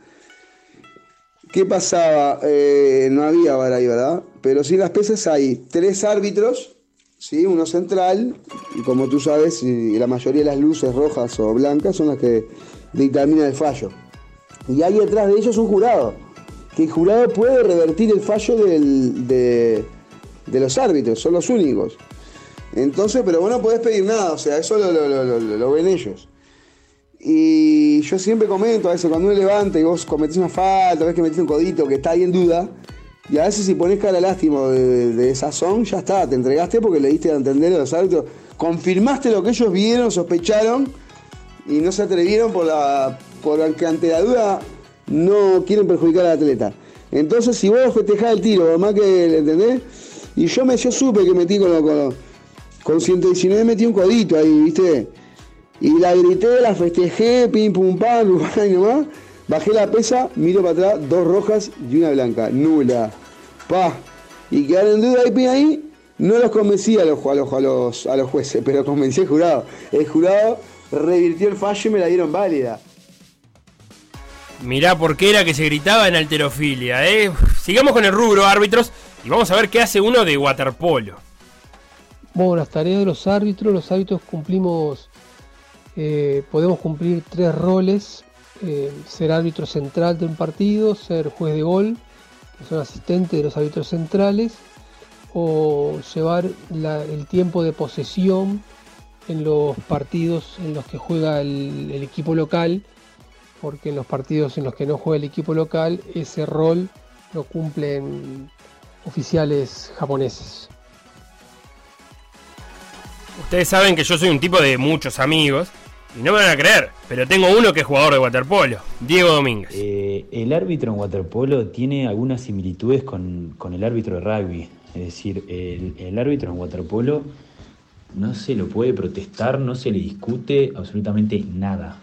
S11: ¿Qué pasaba? Eh, no había vara ahí, ¿verdad? Pero sí, en las pesas hay tres árbitros, ¿sí? uno central, y como tú sabes, y la mayoría de las luces rojas o blancas son las que dictaminan el fallo. Y ahí detrás de ellos un jurado, que el jurado puede revertir el fallo del- de, de los árbitros, son los únicos. Entonces, pero vos no podés pedir nada, o sea, eso lo, lo- lo- lo- lo ven ellos. Y yo siempre comento a veces, cuando uno levanta y vos cometís una falta, ves que metiste un codito que está ahí en duda, y a veces si pones cara lástima de, de sazón, ya está, te entregaste porque le diste a entender a los árbitros, confirmaste lo que ellos vieron, sospecharon, y no se atrevieron por la por la que ante la duda no quieren perjudicar al atleta. Entonces, si vos festejás el tiro, por más que, ¿entendés? Y yo me yo supe que metí con, lo- con, lo- con 119, metí un codito ahí, ¿viste? Y la grité, la festejé, pim, pum, pam, pum, pam, y nomás. Bajé la pesa, miro para atrás, dos rojas y una blanca, nula. Pa. Y quedaron en duda ahí, pim, ahí. No los convencí a los, ju- a los, a los, a los jueces, pero convencí al jurado. El jurado revirtió el fallo y me la dieron válida.
S2: Mirá por qué era que se gritaba en alterofilia, ¿eh? Uf, Sigamos con el rubro, árbitros, y vamos a ver qué hace uno de waterpolo.
S10: Bueno, las tareas de los árbitros, los árbitros cumplimos, eh, podemos cumplir tres roles, eh, ser árbitro central de un partido, ser juez de gol que son asistentes de los árbitros centrales, o llevar la- el tiempo de posesión en los partidos en los que juega el, el equipo local, porque en los partidos en los que no juega el equipo local, ese rol lo cumplen oficiales japoneses.
S2: Ustedes saben que yo soy un tipo de muchos amigos. Y no me van a creer, pero tengo uno que es jugador de waterpolo, Diego Domínguez.
S12: el árbitro en waterpolo tiene algunas similitudes con, con el árbitro de rugby. Es decir, el, el árbitro en waterpolo no se lo puede protestar, no se le discute absolutamente nada.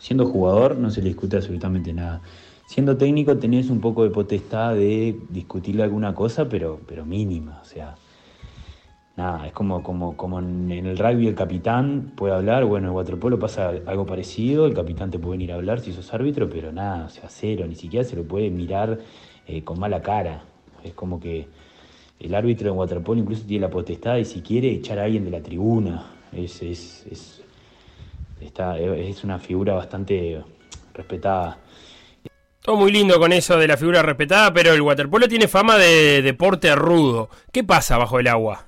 S12: Siendo jugador no se le discute absolutamente nada. Siendo técnico tenés un poco de potestad de discutirle alguna cosa, pero, pero mínima. O sea, nada, es como, como, como en en el rugby el capitán puede hablar, bueno, en waterpolo pasa algo parecido, el capitán te puede venir a hablar si sos árbitro, pero nada, o sea, cero, ni siquiera se lo puede mirar eh, con mala cara. Es como que el árbitro en waterpolo incluso tiene la potestad de si quiere echar a alguien de la tribuna. Es, es, es, está, es una figura bastante respetada.
S2: Todo muy lindo con eso de la figura respetada, pero el waterpolo tiene fama de deporte rudo. ¿Qué pasa bajo el agua?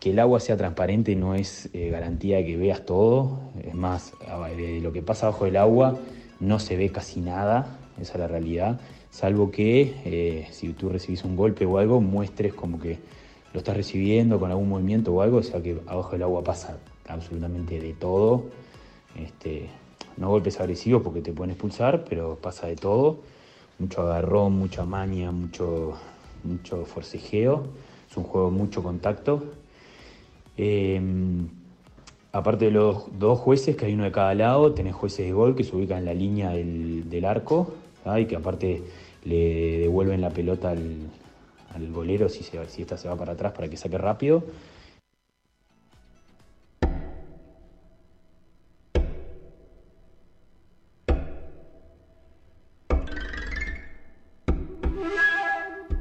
S12: que el agua sea transparente no es eh, garantía de que veas todo. Es más, a- de lo que pasa bajo el agua no se ve casi nada, esa es la realidad. Salvo que eh, si tú recibís un golpe o algo, muestres como que lo estás recibiendo con algún movimiento o algo, o sea que abajo del agua pasa absolutamente de todo. Este, no golpes agresivos porque te pueden expulsar, pero pasa de todo. Mucho agarrón, mucha maña, mucho, mucho forcejeo. Es un juego de mucho contacto, eh, aparte de los dos jueces, que hay uno de cada lado, tenés jueces de gol que se ubican en la línea del, del arco ¿ah? y que aparte le devuelven la pelota al, al golero si, se, si esta se va para atrás para que saque rápido.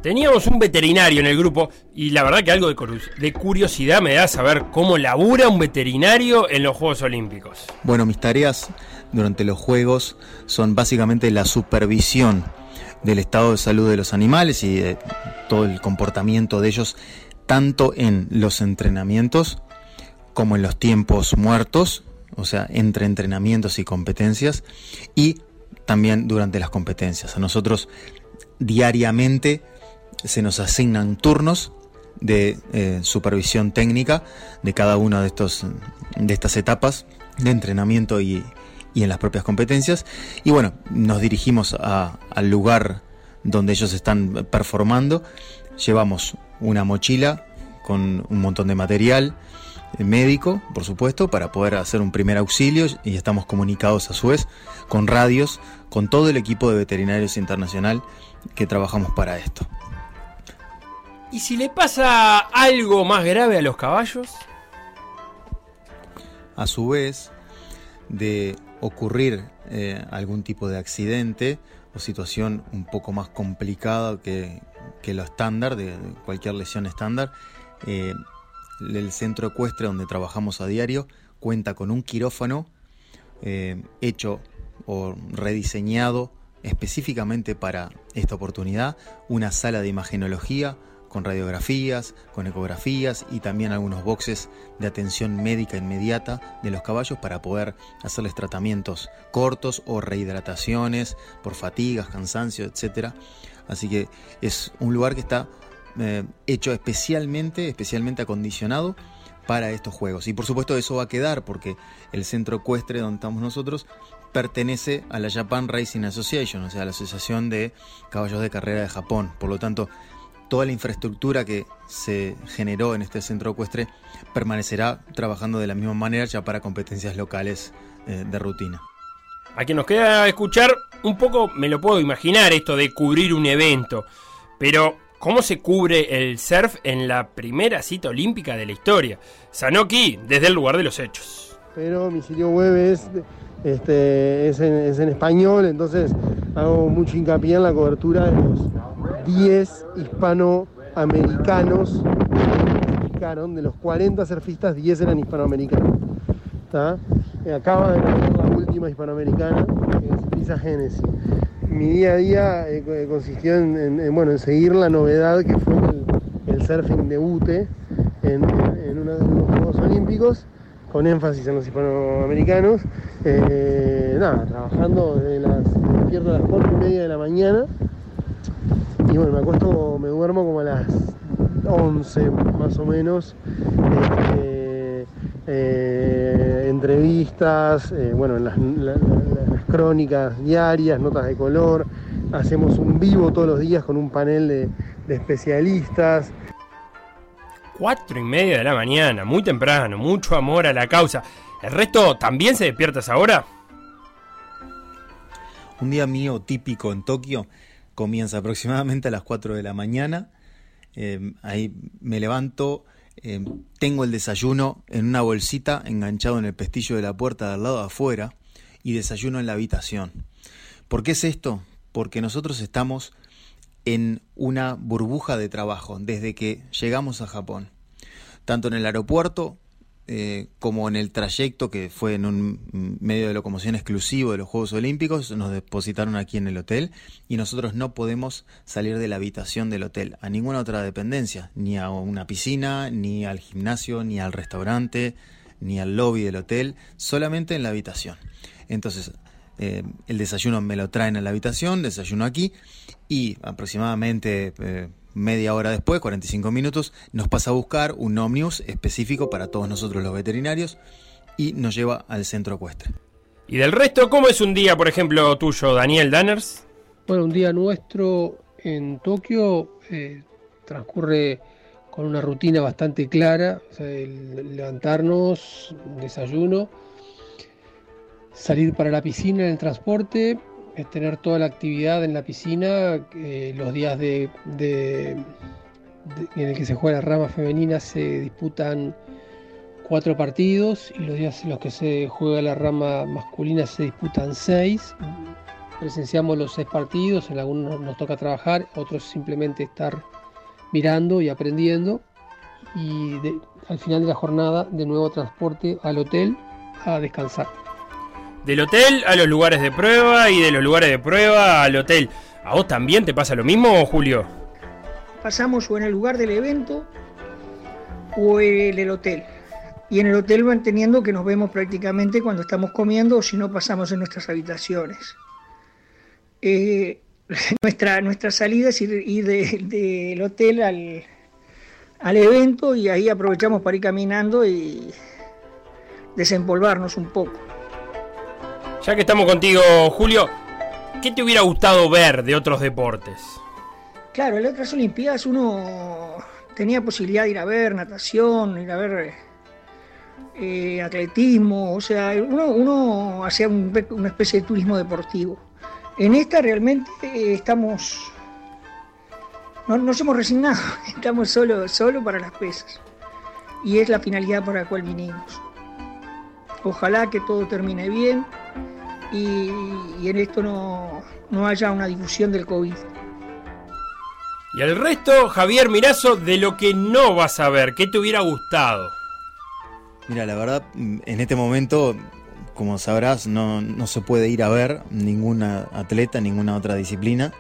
S2: Teníamos un veterinario en el grupo y la verdad que algo de, curus- de curiosidad me da saber cómo labura un veterinario en los Juegos Olímpicos.
S7: Bueno, mis tareas durante los juegos son básicamente la supervisión del estado de salud de los animales y de todo el comportamiento de ellos, tanto en los entrenamientos como en los tiempos muertos, o sea, entre entrenamientos y competencias, y también durante las competencias. A nosotros diariamente se nos asignan turnos de eh, supervisión técnica de cada una de, estos, de estas etapas de entrenamiento y, y en las propias competencias. Y bueno, nos dirigimos a- al lugar donde ellos están performando. Llevamos una mochila con un montón de material eh, médico, por supuesto, para poder hacer un primer auxilio y estamos comunicados a su vez con radios, con todo el equipo de veterinarios internacional que trabajamos para esto.
S2: ¿Y si le pasa algo más grave a los caballos?
S7: a su vez de ocurrir eh, algún tipo de accidente o situación un poco más complicada que, que lo estándar, de de cualquier lesión estándar, eh, el centro ecuestre donde trabajamos a diario cuenta con un quirófano eh, hecho o rediseñado específicamente para esta oportunidad, una sala de imagenología con radiografías, con ecografías y también algunos boxes de atención médica inmediata de los caballos para poder hacerles tratamientos cortos o rehidrataciones por fatigas, cansancio, etc. Así que es un lugar que está eh, hecho especialmente, especialmente acondicionado para estos juegos. Y por supuesto eso va a quedar porque el centro ecuestre donde estamos nosotros pertenece a la Japan Racing Association, o sea, la Asociación de Caballos de Carrera de Japón. Por lo tanto, toda la infraestructura que se generó en este centro ecuestre permanecerá trabajando de la misma manera ya para competencias locales eh, de rutina.
S2: A quien nos queda escuchar, un poco me lo puedo imaginar esto de cubrir un evento. Pero, ¿cómo se cubre el surf en la primera cita olímpica de la historia? Sanoki, desde el lugar de los hechos.
S10: pero mi sitio web es, este, es, en, es en español, entonces hago mucho hincapié en la cobertura de los 10 hispanoamericanos que participaron, de los 40 surfistas, 10 eran hispanoamericanos. ¿tá? Eh, Acaba de ganar la última hispanoamericana, que es Lisa Genesis.
S9: mi día a día eh, co- eh, consistió en, en- en, bueno, en seguir la novedad que fue el, el surfing de UTE en, en- en uno de los Juegos Olímpicos, con énfasis en los hispanoamericanos. Eh, nada, trabajando desde las, me despierto a las 4 y media de la mañana y bueno, me acuesto, me duermo como a las 11 más o menos. Este, eh, entrevistas, eh, bueno, las, la- la- las crónicas diarias, notas de color. Hacemos un vivo todos los días con un panel de, de especialistas.
S2: Cuatro y media de la mañana, muy temprano, mucho amor a la causa. ¿El resto también se despiertas ahora?
S7: Un día mío típico en Tokio comienza aproximadamente a las 4 de la mañana. Eh, ahí me levanto, eh, tengo el desayuno en una bolsita enganchado en el pestillo de la puerta del lado de afuera y desayuno en la habitación. ¿Por qué es esto? Porque nosotros estamos en una burbuja de trabajo desde que llegamos a Japón. Tanto en el aeropuerto eh, como en el trayecto que fue en un mm, medio de locomoción exclusivo de los Juegos Olímpicos, nos depositaron aquí en el hotel y nosotros no podemos salir de la habitación del hotel a ninguna otra dependencia, ni a una piscina, ni al gimnasio, ni al restaurante, ni al lobby del hotel, solamente en la habitación. Entonces, eh, el desayuno me lo traen a la habitación, desayuno aquí y aproximadamente eh, media hora después, 45 minutos, nos pasa a buscar un ómnibus específico para todos nosotros los veterinarios y nos lleva al centro ecuestre.
S2: ¿Y del resto cómo es un día, por ejemplo, tuyo, Daniel Danners?
S10: Bueno, un día nuestro en Tokio eh, transcurre con una rutina bastante clara, o sea, el levantarnos, desayuno, salir para la piscina en el transporte, eh, tener toda la actividad en la piscina, eh, los días de, de- de- en el que se juega la rama femenina se disputan cuatro partidos y los días en los que se juega la rama masculina se disputan seis presenciamos los seis partidos, en algunos nos toca trabajar, otros simplemente estar mirando y aprendiendo. Y de- al final de la jornada, de nuevo transporte al hotel a descansar.
S2: Del hotel a los lugares de prueba y de los lugares de prueba al hotel. ¿A vos también te pasa lo mismo, Julio?
S8: pasamos o en el lugar del evento o en el hotel. Y en el hotel van teniendo que nos vemos prácticamente cuando estamos comiendo o si no pasamos en nuestras habitaciones. Eh, nuestra, nuestra salida es ir, ir de- del hotel al, al evento y ahí aprovechamos para ir caminando y desempolvarnos un poco.
S2: Ya que estamos contigo, Julio, ¿qué te hubiera gustado ver de otros deportes?
S8: Claro, en las otras Olimpiadas uno tenía posibilidad de ir a ver natación, ir a ver eh, atletismo, o sea, uno, uno hacía un pe- una especie de turismo deportivo. En esta realmente eh, estamos, no nos hemos resignado, estamos solo, solo para las pesas. Y es la finalidad para la cual vinimos. Ojalá que todo termine bien y, y en esto no, no haya una difusión del COVID.
S2: Y al resto, Javier Mirazo, de lo que no vas a ver, ¿qué te hubiera gustado?
S7: Mira, la verdad, mm, en este momento, como sabrás, no, no se puede ir a ver ninguna atleta, ninguna otra disciplina,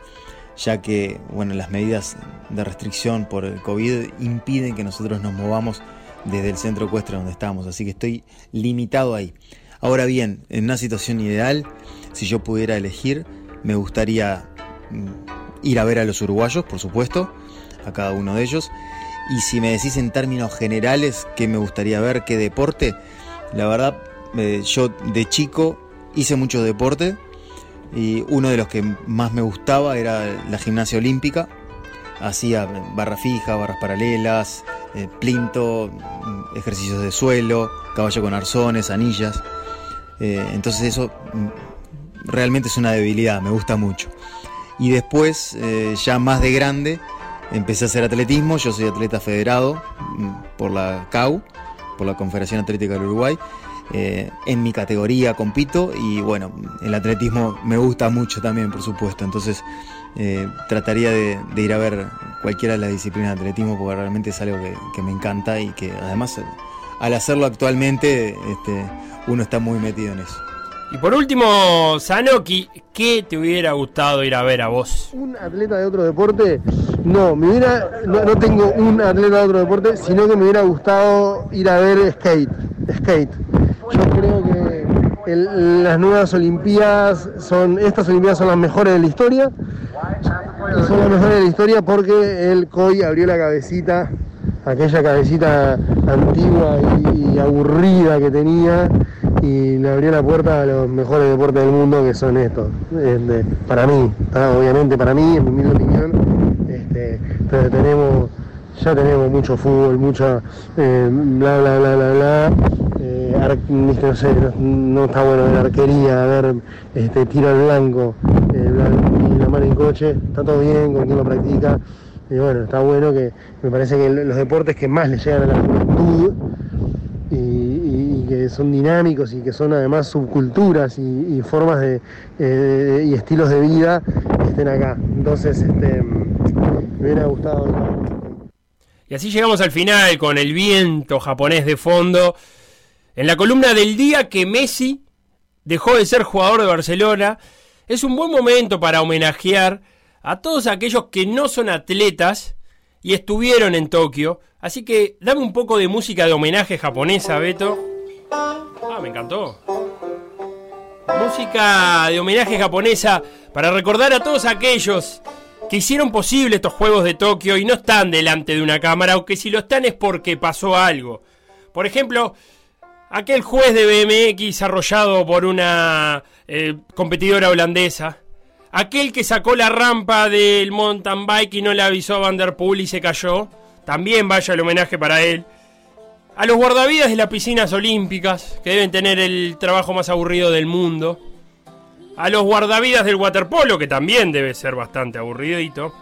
S7: ya que bueno, las medidas de restricción por el COVID impiden que nosotros nos movamos desde el centro ecuestre donde estamos, así que estoy limitado ahí. Ahora bien, en una situación ideal, si yo pudiera elegir, me gustaría mm, ir a ver a los uruguayos, por supuesto, a cada uno de ellos, y si me decís en términos generales qué me gustaría ver, qué deporte, la verdad, eh, yo de chico hice mucho deporte y uno de los que más me gustaba era la gimnasia olímpica. Hacía barra fija, barras paralelas, eh, plinto, mm, ejercicios de suelo, caballo con arzones, anillas. Eh, entonces eso mm, realmente es una debilidad, me gusta mucho. Y después, eh, ya más de grande, empecé a hacer atletismo. Yo soy atleta federado mm, por la CAU, por la Confederación Atlética del Uruguay. Eh, en mi categoría compito y bueno, el atletismo me gusta mucho también, por supuesto. Entonces eh, trataría de, de ir a ver cualquiera de las disciplinas de atletismo porque realmente es algo que, que me encanta y que además eh, al hacerlo actualmente este, uno está muy metido en eso.
S2: Y por último, Sanoki, ¿qué te hubiera gustado ir a ver a vos?
S9: ¿Un atleta de otro deporte? No, me hubiera, no, no tengo un atleta de otro deporte, sino que me hubiera gustado ir a ver skate. skate. Yo creo que el- las nuevas Olimpiadas son, estas Olimpiadas son las mejores de la historia. Y son las mejores de la historia porque el COI abrió la cabecita, aquella cabecita antigua y, y aburrida que tenía, y le abrió la puerta a los mejores deportes del mundo que son estos. Este, para mí, ¿tá? obviamente para mí, en mi humilde opinión, este, pero tenemos, ya tenemos mucho fútbol, mucha eh, bla bla bla bla bla. Eh, ar- no sé, no, no está bueno ver arquería, ver este, tiro al blanco, eh, la, y la mano en coche, está todo bien con quien lo practica. Y bueno, está bueno que me parece que lo- los deportes que más le llegan a la juventud y, y- y que son dinámicos y que son además subculturas y, y formas de, eh, y estilos de vida estén acá. Entonces, este, me hubiera gustado. ir a-
S2: Y así llegamos al final con el viento japonés de fondo. En la columna del día que Messi dejó de ser jugador de Barcelona, es un buen momento para homenajear a todos aquellos que no son atletas y estuvieron en Tokio. Así que dame un poco de música de homenaje japonesa, Beto. Ah, me encantó. Música de homenaje japonesa para recordar a todos aquellos que hicieron posible estos Juegos de Tokio y no están delante de una cámara, o que si lo están es porque pasó algo. Por ejemplo, aquel juez de BMX arrollado por una eh, competidora holandesa. Aquel que sacó la rampa del mountain bike y no le avisó a Vanderpool y se cayó. También vaya el homenaje para él. A los guardavidas de las piscinas olímpicas, que deben tener el trabajo más aburrido del mundo. A los guardavidas del waterpolo, que también debe ser bastante aburridito.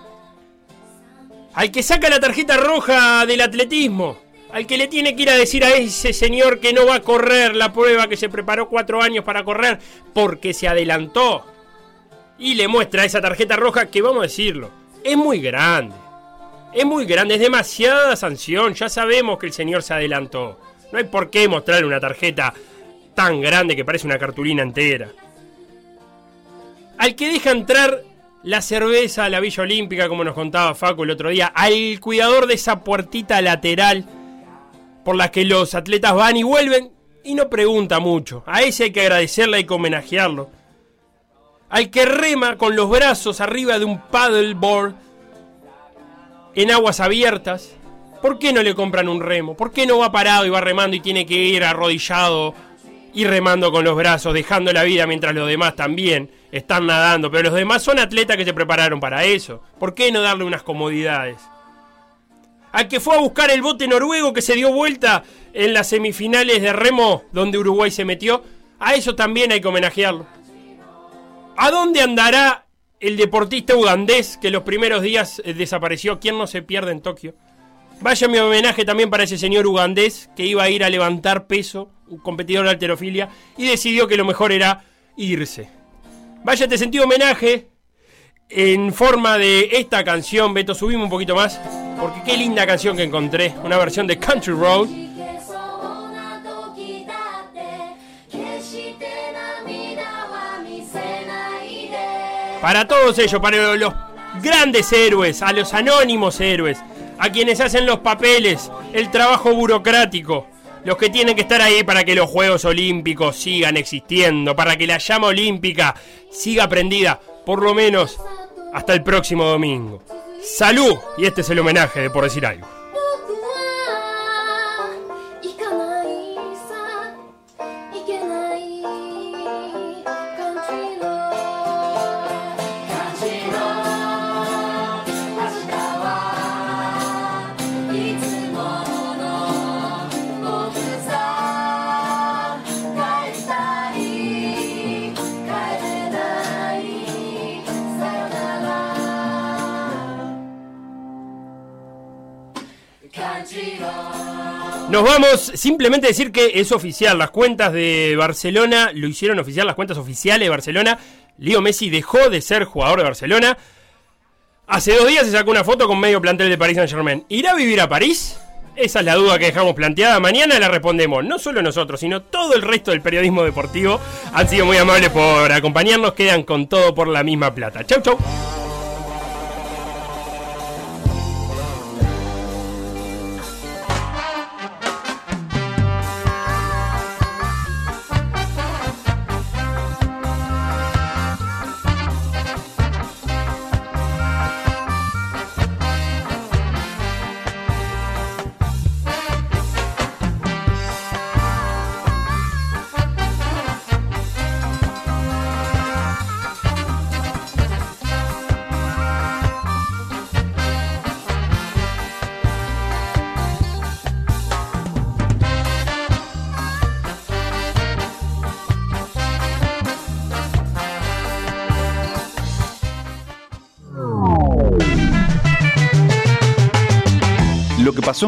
S2: Al que saca la tarjeta roja del atletismo. Al que le tiene que ir a decir a ese señor que no va a correr la prueba que se preparó cuatro años para correr porque se adelantó. Y le muestra esa tarjeta roja que, vamos a decirlo, es muy grande. Es muy grande, es demasiada sanción. Ya sabemos que el señor se adelantó. No hay por qué mostrar una tarjeta tan grande que parece una cartulina entera al que deja entrar la cerveza a la Villa Olímpica, como nos contaba Facu el otro día, al cuidador de esa puertita lateral por la que los atletas van y vuelven y no pregunta mucho. A ese hay que agradecerle y homenajearlo. Al que rema con los brazos arriba de un paddleboard en aguas abiertas. ¿Por qué no le compran un remo? ¿Por qué no va parado y va remando y tiene que ir arrodillado y remando con los brazos, dejando la vida mientras los demás también están nadando. Pero los demás son atletas que se prepararon para eso. ¿Por qué no darle unas comodidades? Al que fue a buscar el bote noruego que se dio vuelta en las semifinales de remo donde Uruguay se metió, a eso también hay que homenajearlo. ¿A dónde andará el deportista ugandés que los primeros días eh, desapareció? ¿Quién no se pierde en Tokio? Vaya mi homenaje también para ese señor ugandés que iba a ir a levantar peso, un competidor de alterofilia, y decidió que lo mejor era irse. Vaya, te sentí homenaje en forma de esta canción, Beto, subimos un poquito más, porque qué linda canción que encontré, una versión de Country Road.
S13: そうな時だって決して涙は見せないで
S2: Para todos ellos, para los grandes héroes, a los anónimos héroes, a quienes hacen los papeles, el trabajo burocrático, los que tienen que estar ahí para que los Juegos Olímpicos sigan existiendo, para que la llama olímpica siga prendida, por lo menos hasta el próximo domingo. Salud, y este es el homenaje de por decir algo.
S13: 僕は行かないさ行けない Country Road Country Road 明日はいつもの僕さ帰ったり帰れないさよなら Country Road
S2: Nos vamos simplemente a decir que es oficial. Las cuentas de Barcelona lo hicieron oficial, las cuentas oficiales de Barcelona. Leo Messi dejó de ser jugador de Barcelona. Hace dos días se sacó una foto con medio plantel de Paris Saint Germain. ¿Irá a vivir a París? Esa es la duda que dejamos planteada. Mañana la respondemos. No solo nosotros, sino todo el resto del periodismo deportivo. Han sido muy amables por acompañarnos. Quedan con todo por la misma plata. Chau, chau.
S6: Lo que pasó